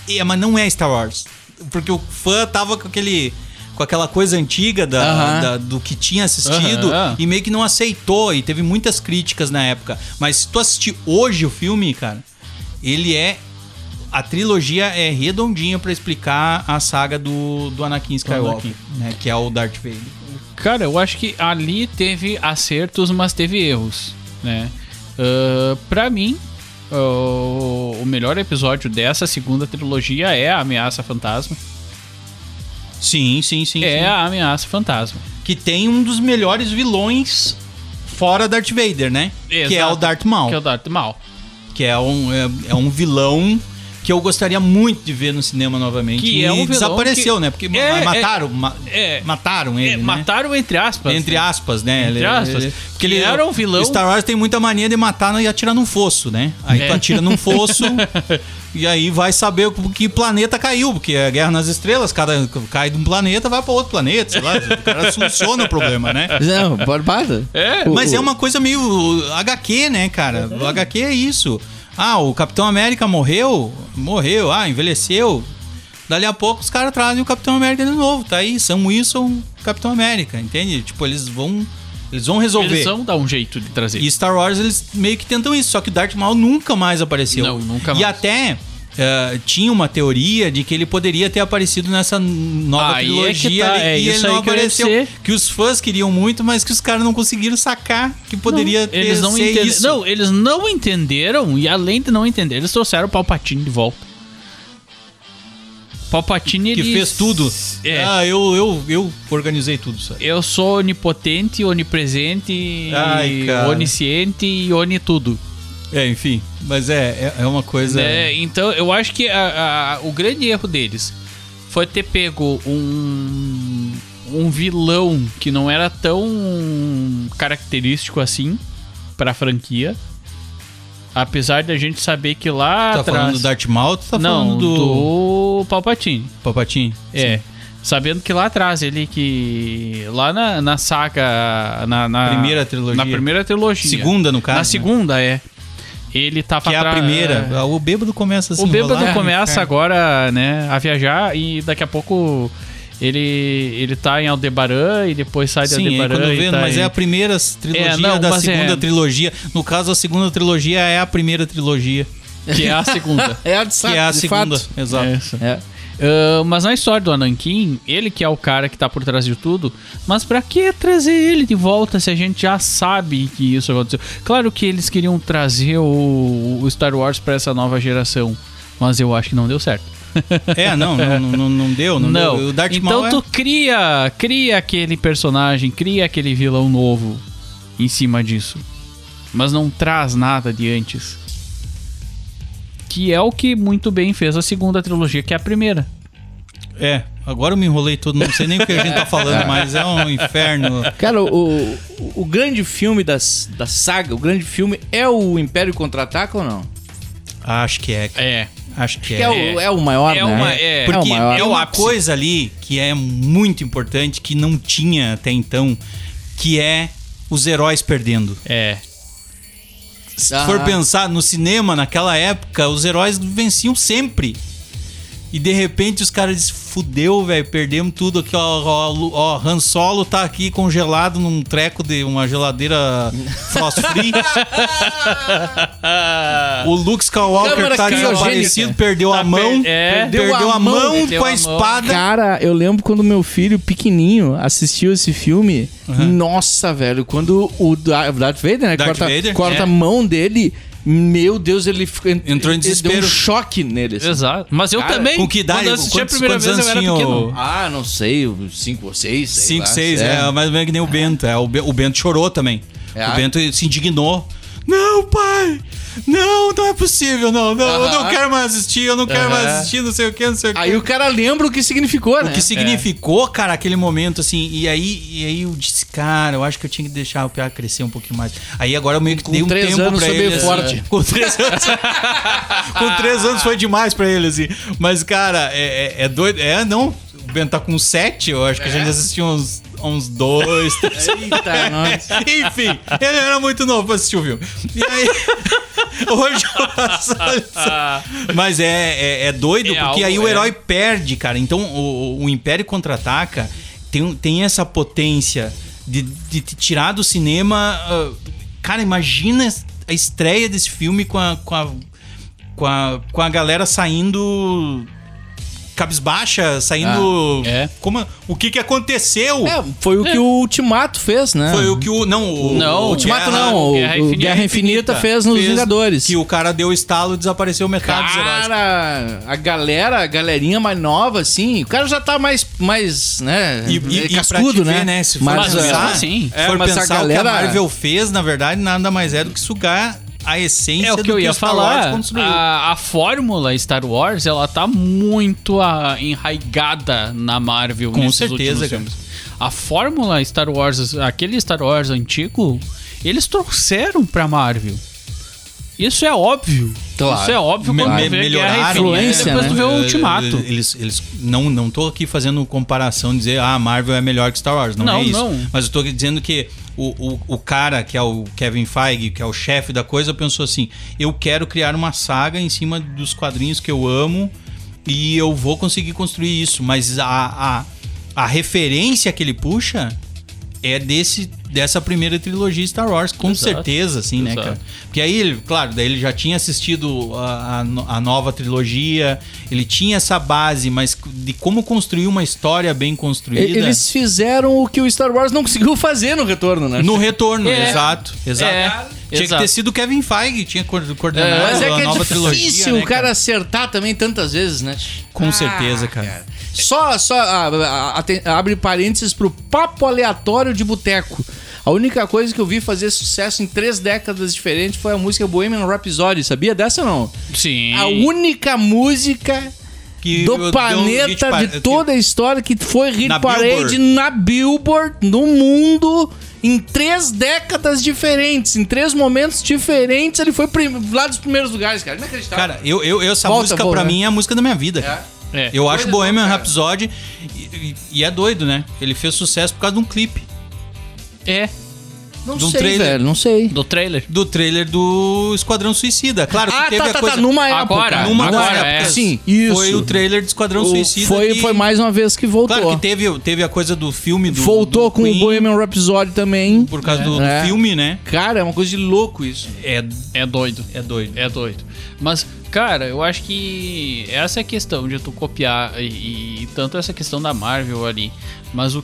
S4: "É, mas não é Star Wars, porque o fã tava com aquele com aquela coisa antiga da,
S2: Aham.
S4: da- do que tinha assistido
S5: Aham.
S4: e meio que não aceitou e teve muitas críticas na época. Mas se tu assistir hoje o filme, cara, ele é a trilogia é redondinha pra explicar a saga do, do Anakin Skywalker,
S5: Anakin.
S4: né, que é o Darth Vader.
S5: Cara, eu acho que ali teve acertos, mas teve erros, né? Ah, pra mim, ah, o, o melhor episódio dessa segunda trilogia é a Ameaça Fantasma.
S4: Sim, sim, sim.
S5: É
S4: sim.
S5: a Ameaça Fantasma.
S4: que tem um dos melhores vilões fora Darth Vader, né?
S5: Exato.
S4: Que é o Darth Maul,
S5: Que é o Darth Maul.
S4: que é um, é, é um vilão que eu gostaria muito de ver no cinema novamente.
S5: Que é um vilão
S4: desapareceu,
S5: que-
S4: né? Porque ma-
S5: É,
S4: mataram, ma-
S5: é.
S4: mataram ele,
S5: É,
S4: né?
S5: Mataram entre aspas.
S4: Entre aspas, né?
S5: Entre aspas.
S4: porque
S5: Que era um vilão-
S4: Star Wars tem muita mania de matar e atirar num fosso, né? Aí
S5: É.
S4: tu atira num fosso e aí vai saber o que planeta caiu, porque é a Guerra nas Estrelas, cada cai de um planeta, vai pra outro planeta, sei lá. O cara soluciona o problema, né?
S2: Não, barbada.
S5: É,
S2: O-
S4: Mas
S2: o-
S4: é uma coisa meio uh, HQ, né, cara? O HQ é isso. Ah, o Capitão América morreu? Morreu, ah, envelheceu. Dali a pouco os caras trazem o Capitão América de novo. Tá aí, Sam Wilson, Capitão América, entende? Tipo, eles vão. Eles vão resolver.
S5: Eles vão dar um jeito de trazer.
S4: E Star Wars eles meio que tentam isso, só que o Darth Maul nunca mais apareceu.
S5: Não, nunca
S4: E
S5: mais.
S4: até eh, tinha uma teoria de que ele poderia ter aparecido nessa nova
S5: Aí é que
S4: trilogia
S5: tá,
S4: ali,
S5: é
S4: e
S5: isso
S4: ele não
S5: aí que eu ia
S4: apareceu.
S5: dizer.
S4: Que os fãs queriam muito, mas que os caras não conseguiram sacar que poderia ter
S5: eles não
S4: ser
S5: entende-
S4: isso.
S5: Não, eles não entenderam e além de não entender, eles trouxeram o Palpatine de volta. Palpatine
S4: que
S5: ele
S4: fez tudo.
S5: É.
S4: Ah, eu, eu, eu organizei tudo isso aí.
S5: Eu sou onipotente, onipresente,
S4: Ai, cara.
S5: onisciente e oni tudo.
S4: É, enfim. Mas é, é, é uma coisa.
S5: né? Então eu acho que a- a- o grande erro deles foi ter pego um, um vilão que não era tão característico assim pra franquia. Apesar da gente saber que lá
S4: Tá
S5: atrás.
S4: falando do Darth Maul, tu tá
S5: não,
S4: falando do,
S5: do Palpatine.
S4: Papatinho?
S5: É. Sabendo que lá atrás ele que. Lá na, na saga. Na, na-
S4: Primeira trilogia.
S5: Na primeira trilogia.
S4: Segunda, no caso.
S5: Na
S4: né?
S5: segunda, é. Ele tava
S4: Que é a
S5: atra-
S4: primeira. O bêbado começa assim.
S5: O bêbado começa agora, né, a viajar e daqui a pouco ele, ele tá em Aldebaran e depois sai de
S4: Sim, aí
S5: Aldebaran.
S4: quando
S5: e
S4: vê,
S5: tá
S4: mas
S5: em-
S4: é a primeira trilogia
S5: É, não,
S4: da
S5: mas
S4: segunda
S5: é.
S4: trilogia. No caso, a segunda trilogia é a primeira trilogia.
S5: Que é a segunda.
S2: É a de,
S4: que é a
S2: de
S4: segunda.
S2: fato.
S4: Exato.
S5: É isso.
S2: É.
S5: Ah, mas na história do Anankin, ele que é o cara que tá por trás de tudo, mas pra que trazer ele de volta se a gente já sabe que isso aconteceu? Claro que eles queriam trazer o, o Star Wars pra essa nova geração, mas eu acho que não deu certo.
S4: É, não, não, não, não deu. Não,
S5: Não.
S4: deu. O Darth
S5: então
S4: Maul é-
S5: tu cria, cria aquele personagem, cria aquele vilão novo em cima disso. Mas não traz nada de antes. Que é o que muito bem fez a segunda trilogia, que é a primeira.
S4: É, agora eu me enrolei todo, não sei nem o que a gente tá falando,
S5: Ah.
S4: mas é um inferno.
S2: Cara, o, o, o grande filme das, da saga, o grande filme é o Império Contra-Ataca ou não?
S4: Acho que é.
S5: É.
S4: Acho que
S2: Que é,
S4: é.
S2: o, é o maior,
S5: É
S2: né?
S5: uma- é.
S2: o
S4: Porque
S2: maior.
S4: é uma coisa ali que é muito importante, que não tinha até então, que é os heróis perdendo.
S5: É.
S4: Se
S2: Ah.
S4: for pensar no cinema, naquela época, os heróis venciam sempre. E de repente os caras dizem, fudeu, velho, perdemos tudo aqui, ó, ó, Lu- ó, Han Solo tá aqui congelado num treco de uma geladeira frost free. o Luke Skywalker
S2: Câmara
S4: tá
S2: criogênica. Tá
S4: desaparecido, perdeu a mão,
S5: é,
S4: perdeu, a mão com a espada.
S2: Cara, eu lembro quando meu filho pequenininho assistiu esse filme. Nossa, velho, quando o Da- Darth Vader, né,
S4: Darth
S2: corta,
S4: Vader,
S2: corta
S4: é.
S2: a mão dele, meu Deus, ele fica-
S4: Entrou
S2: ele
S4: em desespero.
S2: Deu um choque nele. assim.
S5: Exato. Mas eu
S2: Cara,
S5: também.
S4: com que idade?
S5: Quando eu assisti a
S4: Quantos-
S5: primeira
S4: quantos
S5: vez, eu
S4: anos
S5: era
S4: tinha
S5: pequeno.
S4: o-
S2: Ah, não sei, 5 ou 6,
S4: 5, 6, é, mais ou menos que nem o Bento. É, o, Be- o Bento chorou também.
S2: É.
S4: O Bento se indignou. Não, pai! Não, não é possível, não. não Eu não
S2: Aham.
S4: quero mais assistir, eu não quero mais
S5: Aham.
S4: assistir, não sei o que, não sei o que.
S2: Aí o cara lembra o que significou, né?
S4: O que significou, cara, aquele momento, assim. E aí, e aí eu disse, cara, eu acho que eu tinha que deixar o PA crescer um pouquinho mais. Aí agora eu meio que
S2: Com
S4: dei um
S2: três
S4: tempo
S2: anos
S4: pra
S2: foi
S4: ele.
S2: meio
S4: assim.
S2: forte.
S4: Com três anos. com três anos foi demais pra ele, assim. Mas, cara, é, é- é doido. É, não. O Ben tá com sete, eu acho que a
S2: É?
S4: gente assistiu uns, uns dois, três.
S2: Eita, nós.
S4: Enfim, ele era muito novo pra assistir o filme. E aí. Hoje eu faço isso. Mas é, é, é doido,
S5: É
S4: porque
S5: algo,
S4: aí o
S5: é.
S4: herói perde, cara. Então o, o Império contra-ataca tem, um- tem essa potência de, de te tirar do cinema. ah, cara, imagina a estreia desse filme com a, com a, com a, com a galera saindo. Cabisbaixa, saindo.
S5: Ah, é.
S4: Como, o que que aconteceu?
S2: É, foi o que o Ultimato fez, né?
S4: Foi o que o. Não, o,
S5: Não,
S4: o
S2: Ultimato
S4: Guerra-
S2: não, o o Guerra,
S5: Guerra
S2: Infinita,
S5: Infinita
S2: fez nos Vingadores.
S4: Que o cara deu estalo e desapareceu metade dos heróis.
S2: Cara, a galera, a galerinha mais nova, assim, o cara já tá mais, mais né,
S4: E, e, e pra te
S2: cascudo,
S4: ver,
S2: né?
S4: Se for
S2: Mas,
S4: pensar,
S2: ah,
S5: mesmo assim,
S4: se
S2: é,
S4: for
S2: mas a
S4: pensar o que
S2: galera-
S4: a Marvel fez, na verdade, nada mais é do que sugar a essência
S5: É o
S4: do
S5: que eu ia
S4: o Star Wars
S5: falar. Ah,
S4: construiu.
S5: A, a fórmula Star Wars, ela tá muito ah, enraigada na Marvel.
S4: Com
S5: nesses
S4: certeza, cara.
S5: últimos filmes. A fórmula Star Wars, aquele Star Wars antigo, eles trouxeram pra Marvel. Isso é óbvio.
S2: Claro.
S5: Isso é óbvio
S4: Me-
S5: quando
S4: me-
S5: tu vê Guerra
S4: melhoraram,
S5: Infinita,
S2: influência,
S5: depois
S2: né?
S5: tu vê o Ultimato.
S4: É, Eles, eles não, não tô aqui fazendo comparação dizer ah, a Marvel é melhor que Star Wars, não,
S5: Não,
S4: é isso.
S5: não.
S4: Mas eu tô dizendo que o, o, o cara que é o Kevin Feige, que é o chefe da coisa, pensou assim: eu quero criar uma saga em cima dos quadrinhos que eu amo e eu vou conseguir construir isso. Mas a, a, a referência que ele puxa é desse dessa primeira trilogia Star Wars, com
S5: Exato.
S4: certeza, assim, né,
S5: Exato.
S4: cara? Porque aí, ele, claro, daí ele já tinha assistido a, a no- a nova trilogia, ele tinha essa base, mas de como construir uma história bem
S2: e-
S4: construída
S2: eles fizeram o que o Star Wars não conseguiu fazer no retorno, né?
S4: no retorno,
S5: É.
S4: exato, exato.
S5: É,
S4: Tinha
S5: exato.
S4: que ter sido o Kevin Feige, tinha coor- coordenado
S2: É, mas é
S4: a
S2: que é
S4: nova
S2: difícil
S4: trilogia. né,
S2: o cara acertar também tantas vezes, né? Ah,
S4: Com certeza, cara.
S2: Só, só ah, ah, aten- abre parênteses pro papo aleatório de boteco. A única coisa que eu vi fazer sucesso em três décadas diferentes foi a música Bohemian Rhapsody. Sabia dessa ou não?
S5: Sim.
S2: A única música
S4: Que eu- deu
S2: do
S4: um hit
S2: planeta
S4: pa-
S2: de toda a história que foi hit
S4: Na
S2: parade
S4: Billboard.
S2: na Billboard no mundo em três décadas diferentes, em três momentos diferentes, ele foi prim- lá dos primeiros lugares, cara. Inacreditável.
S4: Cara, eu, eu, eu- essa
S2: Volta, né?
S4: música
S2: volta.
S4: pra mim é a música da minha vida. cara.
S5: É.
S4: Eu acho
S2: Coisa
S4: Bohemian
S2: louca, cara.
S4: Rhapsody e, e- e é doido, né? Ele fez sucesso por causa de um clipe.
S5: É,
S2: não
S4: de um
S2: sei,
S4: trailer.
S2: velho, não sei.
S5: do trailer.
S4: do trailer do Esquadrão Suicida. Claro que
S2: Ah,
S4: teve
S2: tá,
S4: a
S2: tá,
S4: coisa...
S2: tá, numa época.
S5: Agora,
S4: numa
S5: agora,
S4: das
S5: é.
S4: épocas.
S2: Sim, isso.
S4: Foi o trailer do Esquadrão
S2: O-
S4: Suicida.
S2: foi,
S4: que-
S2: foi mais uma vez que voltou.
S4: Claro que teve, teve a coisa do filme do
S2: voltou
S4: do
S2: com
S4: Queen,
S2: o Bohemian Rhapsody também.
S4: Por causa do, do
S2: É.
S4: filme, né?
S2: Cara, é uma coisa de louco isso.
S4: É,
S5: É doido.
S4: é doido.
S5: É doido. Mas Cara, eu acho que essa é a questão de tu copiar e, e tanto essa questão da Marvel ali, mas o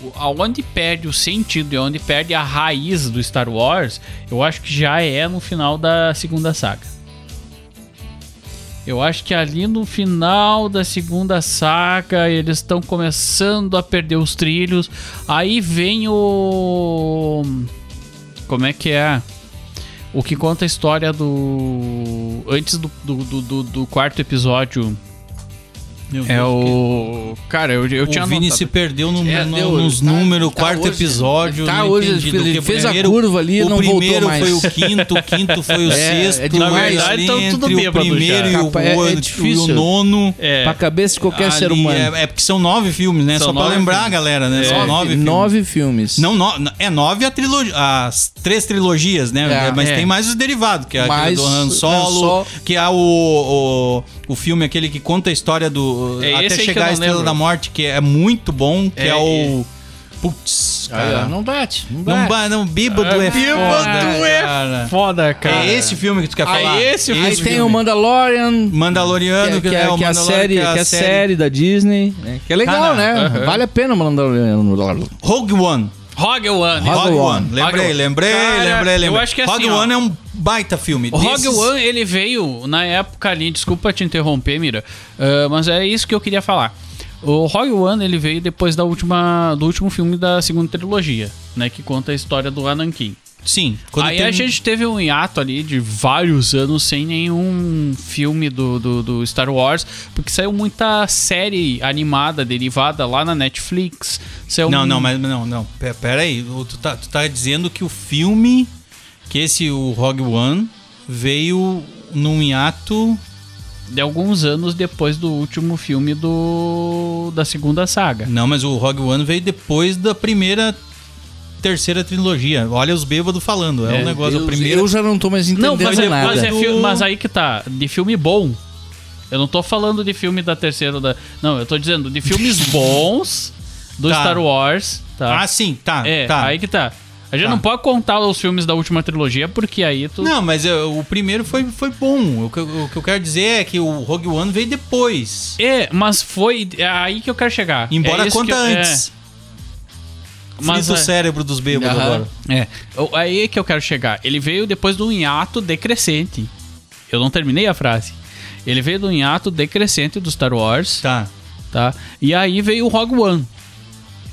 S5: o- aonde perde o sentido e aonde perde a raiz do Star Wars, eu acho que já é no final da segunda saga. Eu acho que ali no final da segunda saga eles estão começando a perder os trilhos. Aí vem o. Como é que é? O que conta a história do. Antes do, do, do- do- do quarto episódio.
S4: Meu
S5: É
S4: Deus,
S5: o. Cara, eu, eu
S4: o
S5: tinha
S4: Vini
S5: anotado.
S4: se perdeu no-
S2: É,
S4: no-
S2: deu,
S4: nos
S2: tá-
S4: números,
S2: tá
S4: quarto
S2: hoje-
S4: episódio.
S2: tá
S4: não
S2: hoje,
S4: entendi do
S2: ele
S4: que-
S2: fez a curva ali e não
S4: O
S2: voltou
S4: primeiro
S2: mais.
S4: foi o quinto, o quinto foi o
S2: É, é
S4: sexto.
S2: demais.
S4: na verdade,
S5: Na verdade, tão tudo
S4: entre o
S5: bêbado
S4: primeiro
S5: já.
S4: e o,
S2: Capa- é- é
S4: outro, e o
S2: difícil.
S4: nono.
S5: É.
S2: Pra cabeça de qualquer ser
S4: ali
S2: humano.
S4: É, é porque são nove filmes, né?
S5: São
S4: Só pra
S5: nove
S4: lembrar,
S5: filmes.
S4: galera, né?
S2: É.
S4: São nove filmes.
S2: Nove filmes.
S4: Não, no- é nove a trilogia, as três trilogias, né?
S2: É,
S4: Mas
S5: é.
S4: tem mais os derivados, que é aquele
S2: Mais
S4: do Han Solo,
S2: Han Solo.
S4: que é o, o, o filme aquele que conta a história do
S5: É
S4: até
S5: esse aí que
S4: chegar
S5: eu
S4: à
S5: não
S4: Estrela
S5: lembro.
S4: da Morte, que é muito bom, que é,
S5: É, Ah,
S4: o putz,
S2: Aí, ó,
S4: cara.
S2: não bate. Não
S4: Não,
S2: bate.
S4: ba- não, bêbado é
S5: bêbado
S4: foda,
S5: é
S4: cara.
S5: Foda, cara. Ah,
S4: É esse filme que tu quer falar?
S5: esse
S2: Aí
S5: esse
S2: tem o Mandalorian.
S4: Mandaloriano,
S2: que, é,
S4: o
S2: que é a
S4: Mandalorian,
S2: série, que é a série da Disney. né? Que é legal,
S4: Cara,
S2: né? Vale a pena o Mandalorian.
S4: Rogue One.
S2: Rogue
S4: Rogue
S5: Rogue One.
S4: One.
S2: One.
S4: Lembrei,
S5: Rogue One.
S4: lembrei,
S5: Cara,
S4: lembrei,
S5: eu
S4: lembrei.
S5: acho que é
S4: Rogue
S5: assim, ó.
S4: One é um baita filme.
S5: O Rogue
S4: Desses-
S5: One, ele veio na época ali, desculpa te interromper, Mira, ah, mas é isso que eu queria falar. O Rogue One, ele veio depois da última, do último filme da segunda trilogia, né, que conta a história do Anakin.
S4: Sim. quando
S5: Aí
S4: tem-
S5: a gente teve um hiato ali de vários anos sem nenhum filme do, do, do Star Wars, porque saiu muita série animada derivada lá na Netflix. Saiu
S4: Não,
S5: um-
S4: não, mas não, não. Pe- Pera aí, o- tu tá, tu tá dizendo que o filme, que esse, o Rogue One, veio num hiato...
S5: de alguns anos depois do último filme do da segunda saga.
S4: Não, mas o Rogue One veio depois da primeira, terceira trilogia. Olha os bêbados falando, é um negócio, o
S2: Eu-
S4: primeiro...
S2: Eu já não tô mais
S5: Não,
S2: entendendo
S5: mas, é,
S2: nada.
S5: mas, é
S4: Do-
S5: fi- mas aí que tá, de filme bom. Eu não tô falando de filme da terceira da, não, eu tô dizendo de filmes bons do
S4: Tá.
S5: Star Wars, tá?
S4: Ah, sim, tá,
S5: é,
S4: tá.
S5: aí que tá. A gente
S4: Tá.
S5: não pode contar os filmes da última trilogia porque aí tu
S4: Não, mas é, o primeiro foi, foi bom. O que, eu- o que eu quero dizer é que o Rogue One veio depois.
S5: É, mas foi é aí que eu quero chegar.
S4: Embora
S5: é isso
S4: conta
S5: que eu- é,
S4: antes.
S5: mas
S4: Frita o
S5: é-
S4: cérebro dos bêbados
S2: Aham.
S4: agora.
S5: É, o- aí que eu quero chegar. Ele veio depois de um hiato decrescente. Eu não terminei a frase. Ele veio de um hiato decrescente do Star Wars, tá.
S4: Tá.
S5: E aí veio o Rogue One.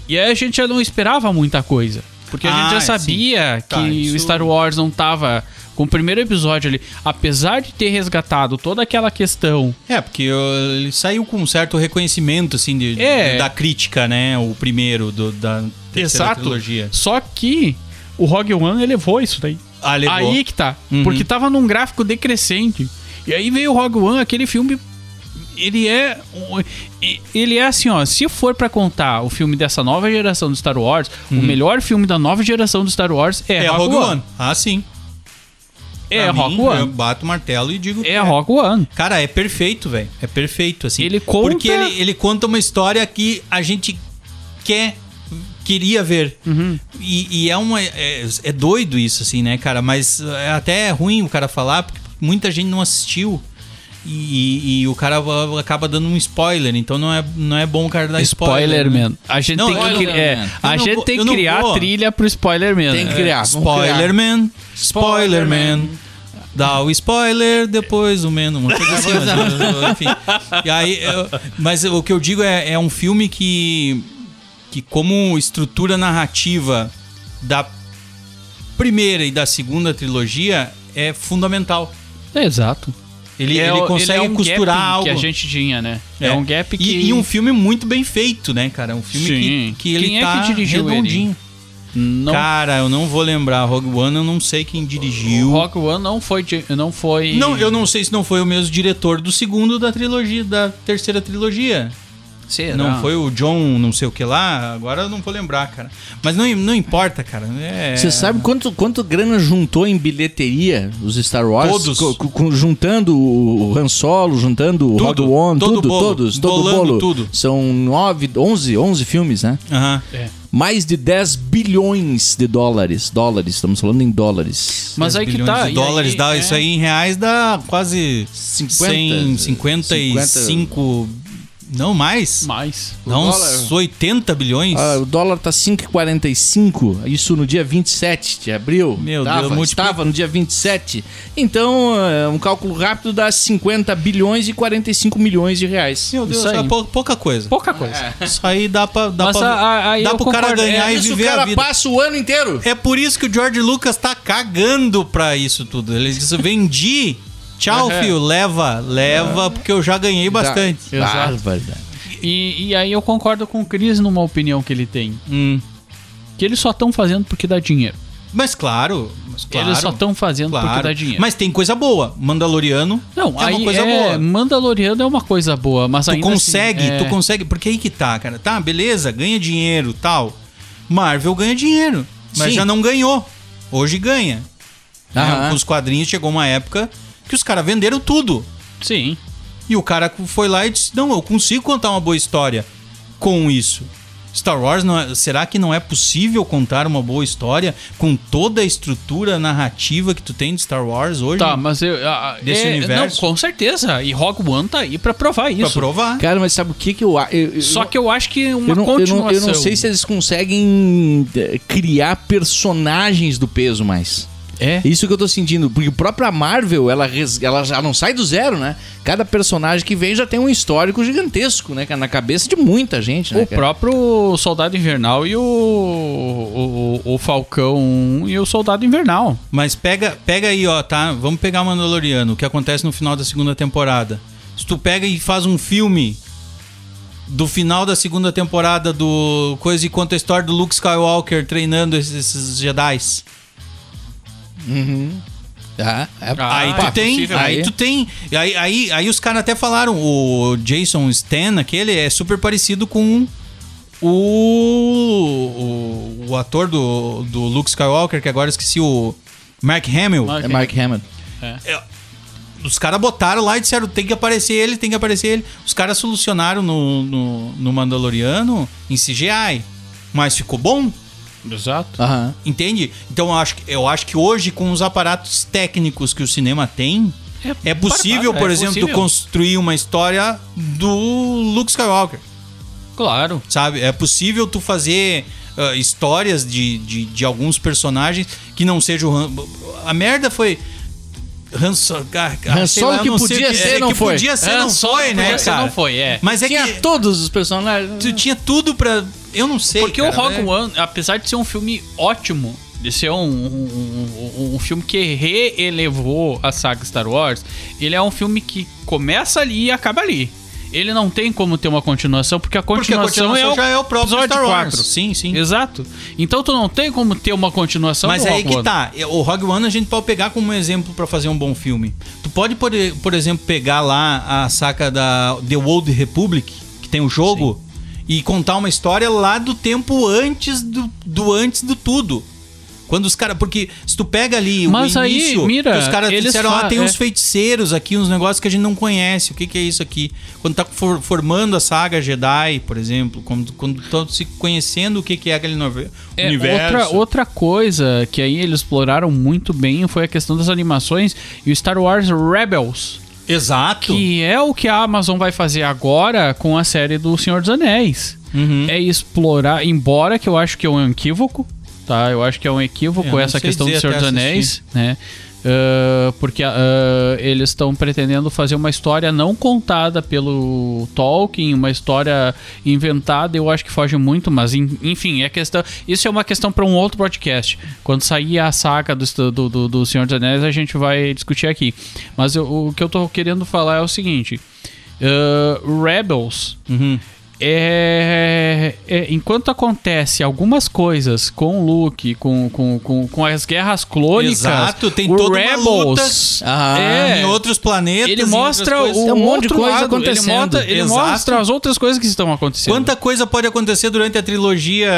S5: E aí a gente já não esperava muita coisa. Porque a
S4: Ah,
S5: gente já
S4: sim.
S5: sabia
S4: Tá,
S5: que
S4: isso-
S5: o Star Wars não tava com o primeiro episódio ali. Apesar de ter resgatado toda aquela questão
S4: É, porque ó, ele saiu com um certo reconhecimento, assim, de,
S5: É.
S4: de- da crítica, né? O primeiro do, da terceira
S5: Exato.
S4: trilogia.
S5: Só que o Rogue One elevou isso daí.
S4: Ah, levou.
S5: Aí que tá.
S4: Uhum.
S5: Porque tava num gráfico decrescente. E aí veio o Rogue One, aquele filme. Ele é. um- e- Ele é assim, ó. Se for pra contar o filme dessa nova geração do Star Wars, o melhor filme da nova geração do Star Wars é,
S4: Uhum. É, Rogue One. Ah, sim.
S5: É
S4: Pra mim,
S5: Rogue
S4: Eu
S5: One.
S4: bato o martelo e digo... que
S5: É Rogue One.
S4: Cara, é perfeito, velho. É perfeito, assim.
S5: Ele conta-
S4: Porque ele, ele conta uma história que a gente quer, queria ver.
S5: Uhum.
S4: E, e é uma... É, é doido isso, assim, né, cara? Mas é até ruim o cara falar, porque muita gente não assistiu. E, e- e o cara acaba dando um spoiler, então não é, não é bom o cara dar spoiler.
S5: Spoiler,
S4: né?
S5: man. A gente
S4: Não,
S5: tem que,
S4: spoiler,
S5: cri- é,
S2: man.
S5: a
S4: Eu não
S5: gente
S4: vou-
S5: tem
S4: eu
S5: que
S4: não
S5: criar
S4: vou.
S5: a trilha pro Spoiler, man.
S2: Tem que
S5: É.
S2: criar. vamos criar.
S4: Spoilerman. Spoilerman. Dá o spoiler, depois o menos. Uma coisa assim, mas, enfim. E aí, eu- mas o que eu digo é, é um filme que, que, como estrutura narrativa da primeira e da segunda trilogia, é fundamental.
S5: É, exato.
S4: Ele,
S5: É,
S4: ele consegue
S5: é um
S4: costurar
S5: gap
S4: algo.
S5: que a gente tinha, né? É,
S4: É.
S5: um gap
S4: E-
S5: que
S4: e, um filme muito bem feito, né, cara? Um filme que,
S5: Sim.
S4: que ele
S5: Quem é
S4: tá
S5: que dirigiu ele?
S4: redondinho.
S5: não
S4: Cara, eu não vou lembrar. Rogue One, eu não sei quem
S5: O
S4: dirigiu.
S5: Rock One não foi. de- Não foi.
S4: Não, eu não sei se não foi o mesmo diretor do segundo da trilogia, da terceira trilogia.
S5: Será?
S4: Não foi o John, não sei o que lá. Agora eu não vou lembrar, cara. Mas não, não importa, cara. É...
S2: Você sabe quanto, quanto grana juntou em bilheteria os Star Wars?
S4: Todos.
S2: Co- co- com- juntando o Han Solo, juntando o
S4: Tudo.
S2: Rogue One,
S4: Todo
S2: tudo,
S4: o bolo.
S2: todos, todo o
S4: Bolando
S2: bolo.
S4: tudo.
S2: São nove, onze, onze filmes, né?
S4: Aham.
S5: É.
S2: mais de 10 bilhões de dólares. Dólares, estamos falando em dólares.
S5: Mas aí que
S4: bilhões
S5: tá.
S4: de
S5: e
S4: dólares,
S5: aí,
S4: dá,
S5: é,
S4: isso aí em reais dá quase 50, 100, 55, não mais,
S5: Mais.
S4: dá uns 80 bilhões.
S2: Ah, o dólar tá 5,45, isso no dia 27 de abril.
S4: Meu
S2: Tava,
S4: Deus, multiplica-
S2: estava no dia 27. Então, é, um cálculo rápido dá 50 bilhões e 45 milhões de reais.
S4: Meu Deus,
S5: isso aí.
S4: é pou- pouca coisa.
S5: Pouca coisa.
S4: Isso aí dá pra, dá
S5: Mas
S4: pra,
S5: a- a- aí
S4: dá
S5: eu
S4: pro cara
S5: concordo. É,
S4: ganhar e
S2: Isso o
S4: viver a
S2: cara
S4: vida.
S2: passa o ano inteiro.
S4: É por isso que o George Lucas tá cagando pra isso tudo. Ele disse: vendi. Tchau, filho. Leva, leva, porque eu já ganhei bastante.
S2: Tá,
S5: Exato.
S2: Bárbara.
S5: E, e aí eu concordo com o Cris numa opinião que ele tem.
S4: Hum.
S5: Que eles só estão fazendo porque dá dinheiro.
S4: Mas claro, mas claro.
S5: eles só estão fazendo porque dá
S4: claro.
S5: dinheiro.
S4: Mas tem coisa boa. Mandaloriano
S5: não,
S4: é
S5: aí
S4: uma coisa
S5: é,
S4: boa.
S5: Mandaloriano é uma coisa boa, mas
S4: Tu
S5: ainda
S4: consegue,
S5: assim, é,
S4: tu consegue. Porque aí que tá, cara. Tá, beleza, ganha dinheiro tal. Marvel ganha dinheiro, mas
S2: Sim.
S4: já não ganhou. Hoje ganha. Né?
S2: Aham.
S4: Com os quadrinhos chegou uma época que os caras venderam tudo.
S5: Sim.
S4: E o cara foi lá e disse: Não, eu consigo contar uma boa história com isso. Star Wars, não é- será que não é possível contar uma boa história com toda a estrutura narrativa que tu tem de Star Wars hoje?
S5: Tá, mas eu. ah,
S4: Desse
S5: é,
S4: universo?
S5: Não, com certeza. E Rogue One tá aí pra provar
S4: Pra
S5: isso.
S4: provar.
S2: Cara, mas sabe o que que eu... a- eu, eu
S5: Só que eu acho que uma
S2: eu não, eu,
S5: continuação.
S2: não, eu não sei se eles conseguem eh, criar personagens do peso mais.
S5: É.
S2: Isso que eu tô sentindo, porque a própria Marvel, ela, res- ela já não sai do zero, né? Cada personagem que vem já tem um histórico gigantesco, né? cara? Na cabeça de muita gente,
S4: Tá,
S2: né?
S5: O
S2: cara?
S5: próprio Soldado Invernal e o, o, o- o Falcão um e o Soldado Invernal.
S4: Mas pega, pega aí, ó, tá? Vamos pegar o Mandaloriano, o que acontece no final da segunda temporada. Se tu pega e faz um filme do final da segunda temporada do coisa e conta a história do Luke Skywalker treinando esses, esses Jedi's.
S2: Tá? É-
S5: Ah,
S4: aí tu
S5: pá,
S4: tem,
S5: possível,
S4: aí
S2: né?
S4: tu tem, aí, aí, aí os caras até falaram, o Jason Stan, aquele é super parecido com o o, o ator do, do Luke Skywalker, que agora eu esqueci o Mark Hamill. É,
S5: Mark-
S2: É Mark Hammond.
S4: Os caras botaram lá e disseram, tem que aparecer ele, tem que aparecer ele. Os caras solucionaram no, no, no Mandaloriano em CGI, mas ficou bom.
S5: Exato.
S2: Aham.
S4: Entende? Então eu acho, que- eu acho que hoje, com os aparatos técnicos que o cinema tem, é, possível,
S5: barbado,
S4: por
S5: é
S4: exemplo, tu
S5: possível.
S4: construir uma história do Luke Skywalker,
S5: Claro.
S4: sabe? É possível tu fazer ah, histórias de, de, de alguns personagens que não sejam... A merda foi... Han Solo, cara,
S2: Han
S4: sei
S2: Solo
S4: eu
S2: que
S4: não sei o
S2: podia
S4: que-
S2: ser,
S4: é,
S2: não
S4: que
S2: foi.
S4: Podia ser, não
S5: Han Solo
S4: foi,
S5: que
S4: né,
S5: podia ser,
S4: cara?
S5: não foi, é.
S4: Mas é
S2: Tinha
S4: que
S2: todos os personagens.
S4: tu tinha tudo pra... Eu não sei,
S5: Porque
S4: cara,
S5: o Rogue
S4: né?
S5: One, apesar de ser um filme ótimo, de ser um, um, um- um filme que reelevou a saga Star Wars, ele é um filme que começa ali e acaba ali. Ele não tem como ter uma continuação, porque a
S4: Porque a
S5: continuação,
S4: continuação
S5: é o
S4: já é o próprio
S5: episódio
S4: Star Wars.
S5: 4.
S4: Sim, sim.
S5: Exato. Então tu não tem como ter uma continuação
S4: Mas
S5: do
S4: aí
S5: Rogue
S4: que
S5: One.
S4: tá. O Rogue One a gente pode pegar como exemplo pra fazer um bom filme. Tu pode, por, por exemplo, pegar lá a saca da The Old Republic, que tem o jogo, e contar uma história lá do tempo antes do, do antes do tudo. Quando os caras. Porque se tu pega ali
S5: Mas
S4: o
S5: aí,
S4: início,
S5: mira,
S4: que os caras
S5: eles
S4: disseram, ah,
S5: fa-
S4: tem
S5: é.
S4: uns feiticeiros aqui, uns negócios que a gente não conhece. O que, que é isso aqui? Quando tá for- formando a saga Jedi, por exemplo, quando, quando estão se conhecendo o que, que é aquele nove-
S5: É,
S4: universo.
S5: outra, outra coisa que aí eles exploraram muito bem foi a questão das animações e o Star Wars Rebels.
S4: Exato.
S5: Que é o que a Amazon vai fazer agora com a série do Senhor dos Anéis.
S4: Uhum.
S5: É explorar, embora que eu acho que é um equívoco, tá? Eu acho que é um
S4: Eu
S5: equívoco
S4: não
S5: essa
S4: sei
S5: questão do
S4: dizer
S5: Senhor
S4: até
S5: dos
S4: assistir.
S5: Anéis, né? Ah, porque ah, eles estão pretendendo fazer uma história não contada pelo Tolkien, uma história inventada, eu acho que foge muito, mas en- enfim, é questão. Isso é uma questão para um outro podcast. Quando sair a saca do, do, do, do Senhor dos Anéis, a gente vai discutir aqui. Mas eu- o que eu tô querendo falar é o seguinte: ah, Rebels é, é, enquanto acontece algumas coisas com o Luke, com, com, com, com as guerras clônicas,
S4: Exato, tem
S5: o
S4: toda uma
S5: Rebels,
S4: luta,
S2: Ah,
S5: é,
S4: em outros planetas.
S5: ele
S4: em
S5: mostra
S4: outras coisas.
S5: o
S2: Tem um monte de
S5: outro
S2: coisa
S5: lado, ele
S2: acontecendo.
S5: mostra, ele
S4: Exato.
S5: mostra as outras coisas que estão acontecendo.
S4: Quanta coisa pode acontecer durante a trilogia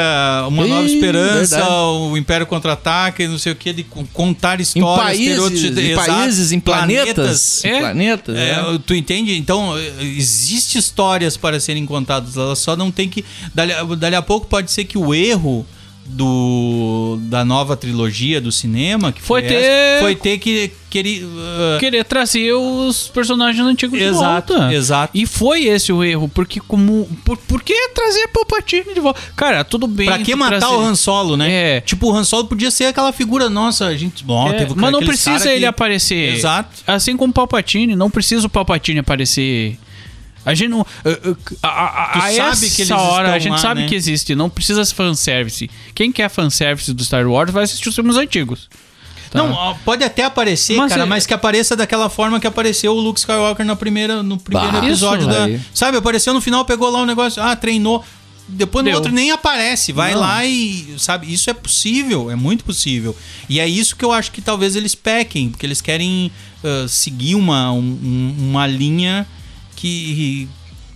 S4: Uma Nova
S2: Ih,
S4: Esperança,
S2: verdade.
S4: o Império Contra-Ataca, e não sei o que, de con- contar
S2: Em
S4: histórias, ter outros-
S2: países, em
S4: exato,
S2: países, em planetas.
S5: É.
S2: Planetas.
S4: É,
S2: né?
S4: tu entende? Então, eh, existe é, histórias para serem contadas. lados. Ela só não tem que. Dali, a- dali a pouco pode ser que o erro do da nova trilogia do cinema que foi,
S5: Foi ter-
S4: foi ter que querer ah,
S5: Querer trazer os personagens antigos
S4: uh, Exato,
S5: de volta.
S4: exato.
S5: E foi esse o erro, porque como... Por, por que trazer Palpatine de volta? Cara, tudo bem...
S4: Pra que
S5: tu
S4: matar
S5: trazer-
S4: o Han Solo, né?
S5: É.
S4: Tipo, o Han Solo podia ser aquela figura nossa, a gente. Bom,
S5: É,
S4: teve
S5: mas não
S4: aqueles
S5: precisa
S4: cara
S5: ele
S4: que-
S5: aparecer.
S4: Exato.
S5: Assim como o Palpatine, não precisa o Palpatine aparecer. A gente não. uh, uh, A, a,
S4: Tu
S5: a, a
S4: sabe que eles
S5: essa hora,
S4: estão
S5: a gente
S4: lá,
S5: sabe
S4: né?
S5: que existe. Não precisa fanservice. Quem quer fanservice do Star Wars vai assistir os filmes antigos. Tá?
S4: Não, ó, pode até aparecer,
S5: Mas
S4: cara,
S5: é-
S4: mas que apareça daquela forma que apareceu o Luke Skywalker na primeira, no primeiro
S2: Bah, isso,
S4: episódio da.
S2: aí.
S4: Sabe, apareceu no final, pegou lá um negócio, ah, treinou. Depois no
S5: Deu.
S4: outro nem aparece. Vai
S2: Não.
S4: lá e. Sabe, isso é possível, é muito possível. E é isso que eu acho que talvez eles pequem, porque eles querem ah, seguir uma, um- um- uma linha que.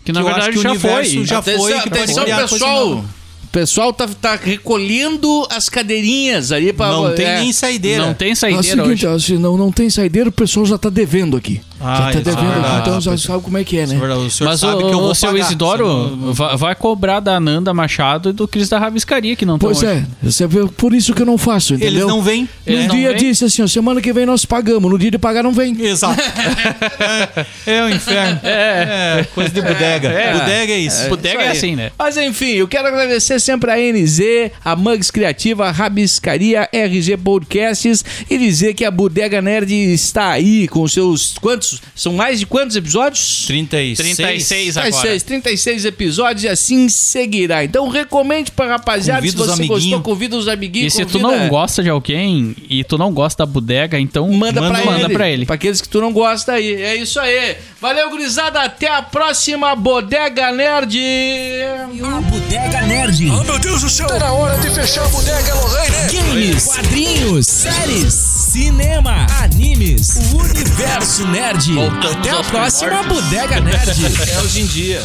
S5: Que, na
S4: eu acho
S5: verdade,
S4: o
S5: já
S4: universo
S5: foi.
S4: Já é foi. que pode
S2: atenção,
S4: criar coisa
S2: pessoal.
S4: nova.
S2: O pessoal tá, tá recolhendo as cadeirinhas ali pra.
S4: Não tem
S2: é.
S4: nem saideira.
S5: Não tem
S2: É o
S5: saideira
S2: seguinte,
S5: hoje.
S2: ó, se não, não tem saideira, o pessoal já tá devendo aqui.
S4: Ah,
S2: já tá
S4: isso é
S2: devendo aqui,
S4: verdade,
S2: então já
S4: rapaz.
S2: sabe como é que é, né?
S4: O senhor
S5: Mas
S4: sabe
S5: o,
S4: que eu vou
S5: o seu
S4: pagar,
S5: Isidoro
S4: senão-
S5: va- vai cobrar da Nanda Machado e do Cris da Rabiscaria, que não estão
S2: Pois
S5: hoje.
S2: é, você vê por isso que eu não faço, entendeu?
S4: Eles não vêm.
S2: No
S5: Eles não
S2: dia
S5: vêm.
S2: disse assim, ó, semana que vem nós pagamos, no dia de pagar não vem.
S4: Exato. é, é o inferno. É. coisa de bodega.
S5: É.
S4: Bodega é isso.
S5: Bodega é
S2: Isso aí.
S5: assim, né?
S2: Mas enfim, eu quero agradecer sempre a NZ, a Mugs Criativa, a Rabiscaria, RG Podcasts e dizer que a Bodega Nerd está aí com seus quantos? São mais de quantos episódios?
S4: 36.
S5: 36
S4: Tá
S5: agora.
S2: 36, 36 episódios e assim seguirá. Então recomende pra rapaziada,
S4: Convida
S2: se
S4: os
S2: você
S4: amiguinho.
S2: gostou, convida os
S5: E
S2: amiguinhos.
S5: se tu
S2: convida-
S5: não gosta de alguém e tu não gosta da bodega, então
S2: Manda, pra,
S5: manda
S2: ele,
S5: pra ele.
S2: Pra aqueles que tu não gosta aí. É isso aí. Valeu, gurizada. Até a próxima Bodega Nerd.
S3: A Bodega Nerd.
S6: Ah, meu Deus do céu! Tá na hora de fechar a bodega é Lorraine! né?
S3: Games, quadrinhos, séries, cinema, animes, o universo nerd.
S5: Voltamos
S3: Até a
S5: aos
S3: próxima Bodega Nerd.
S2: É hoje em dia.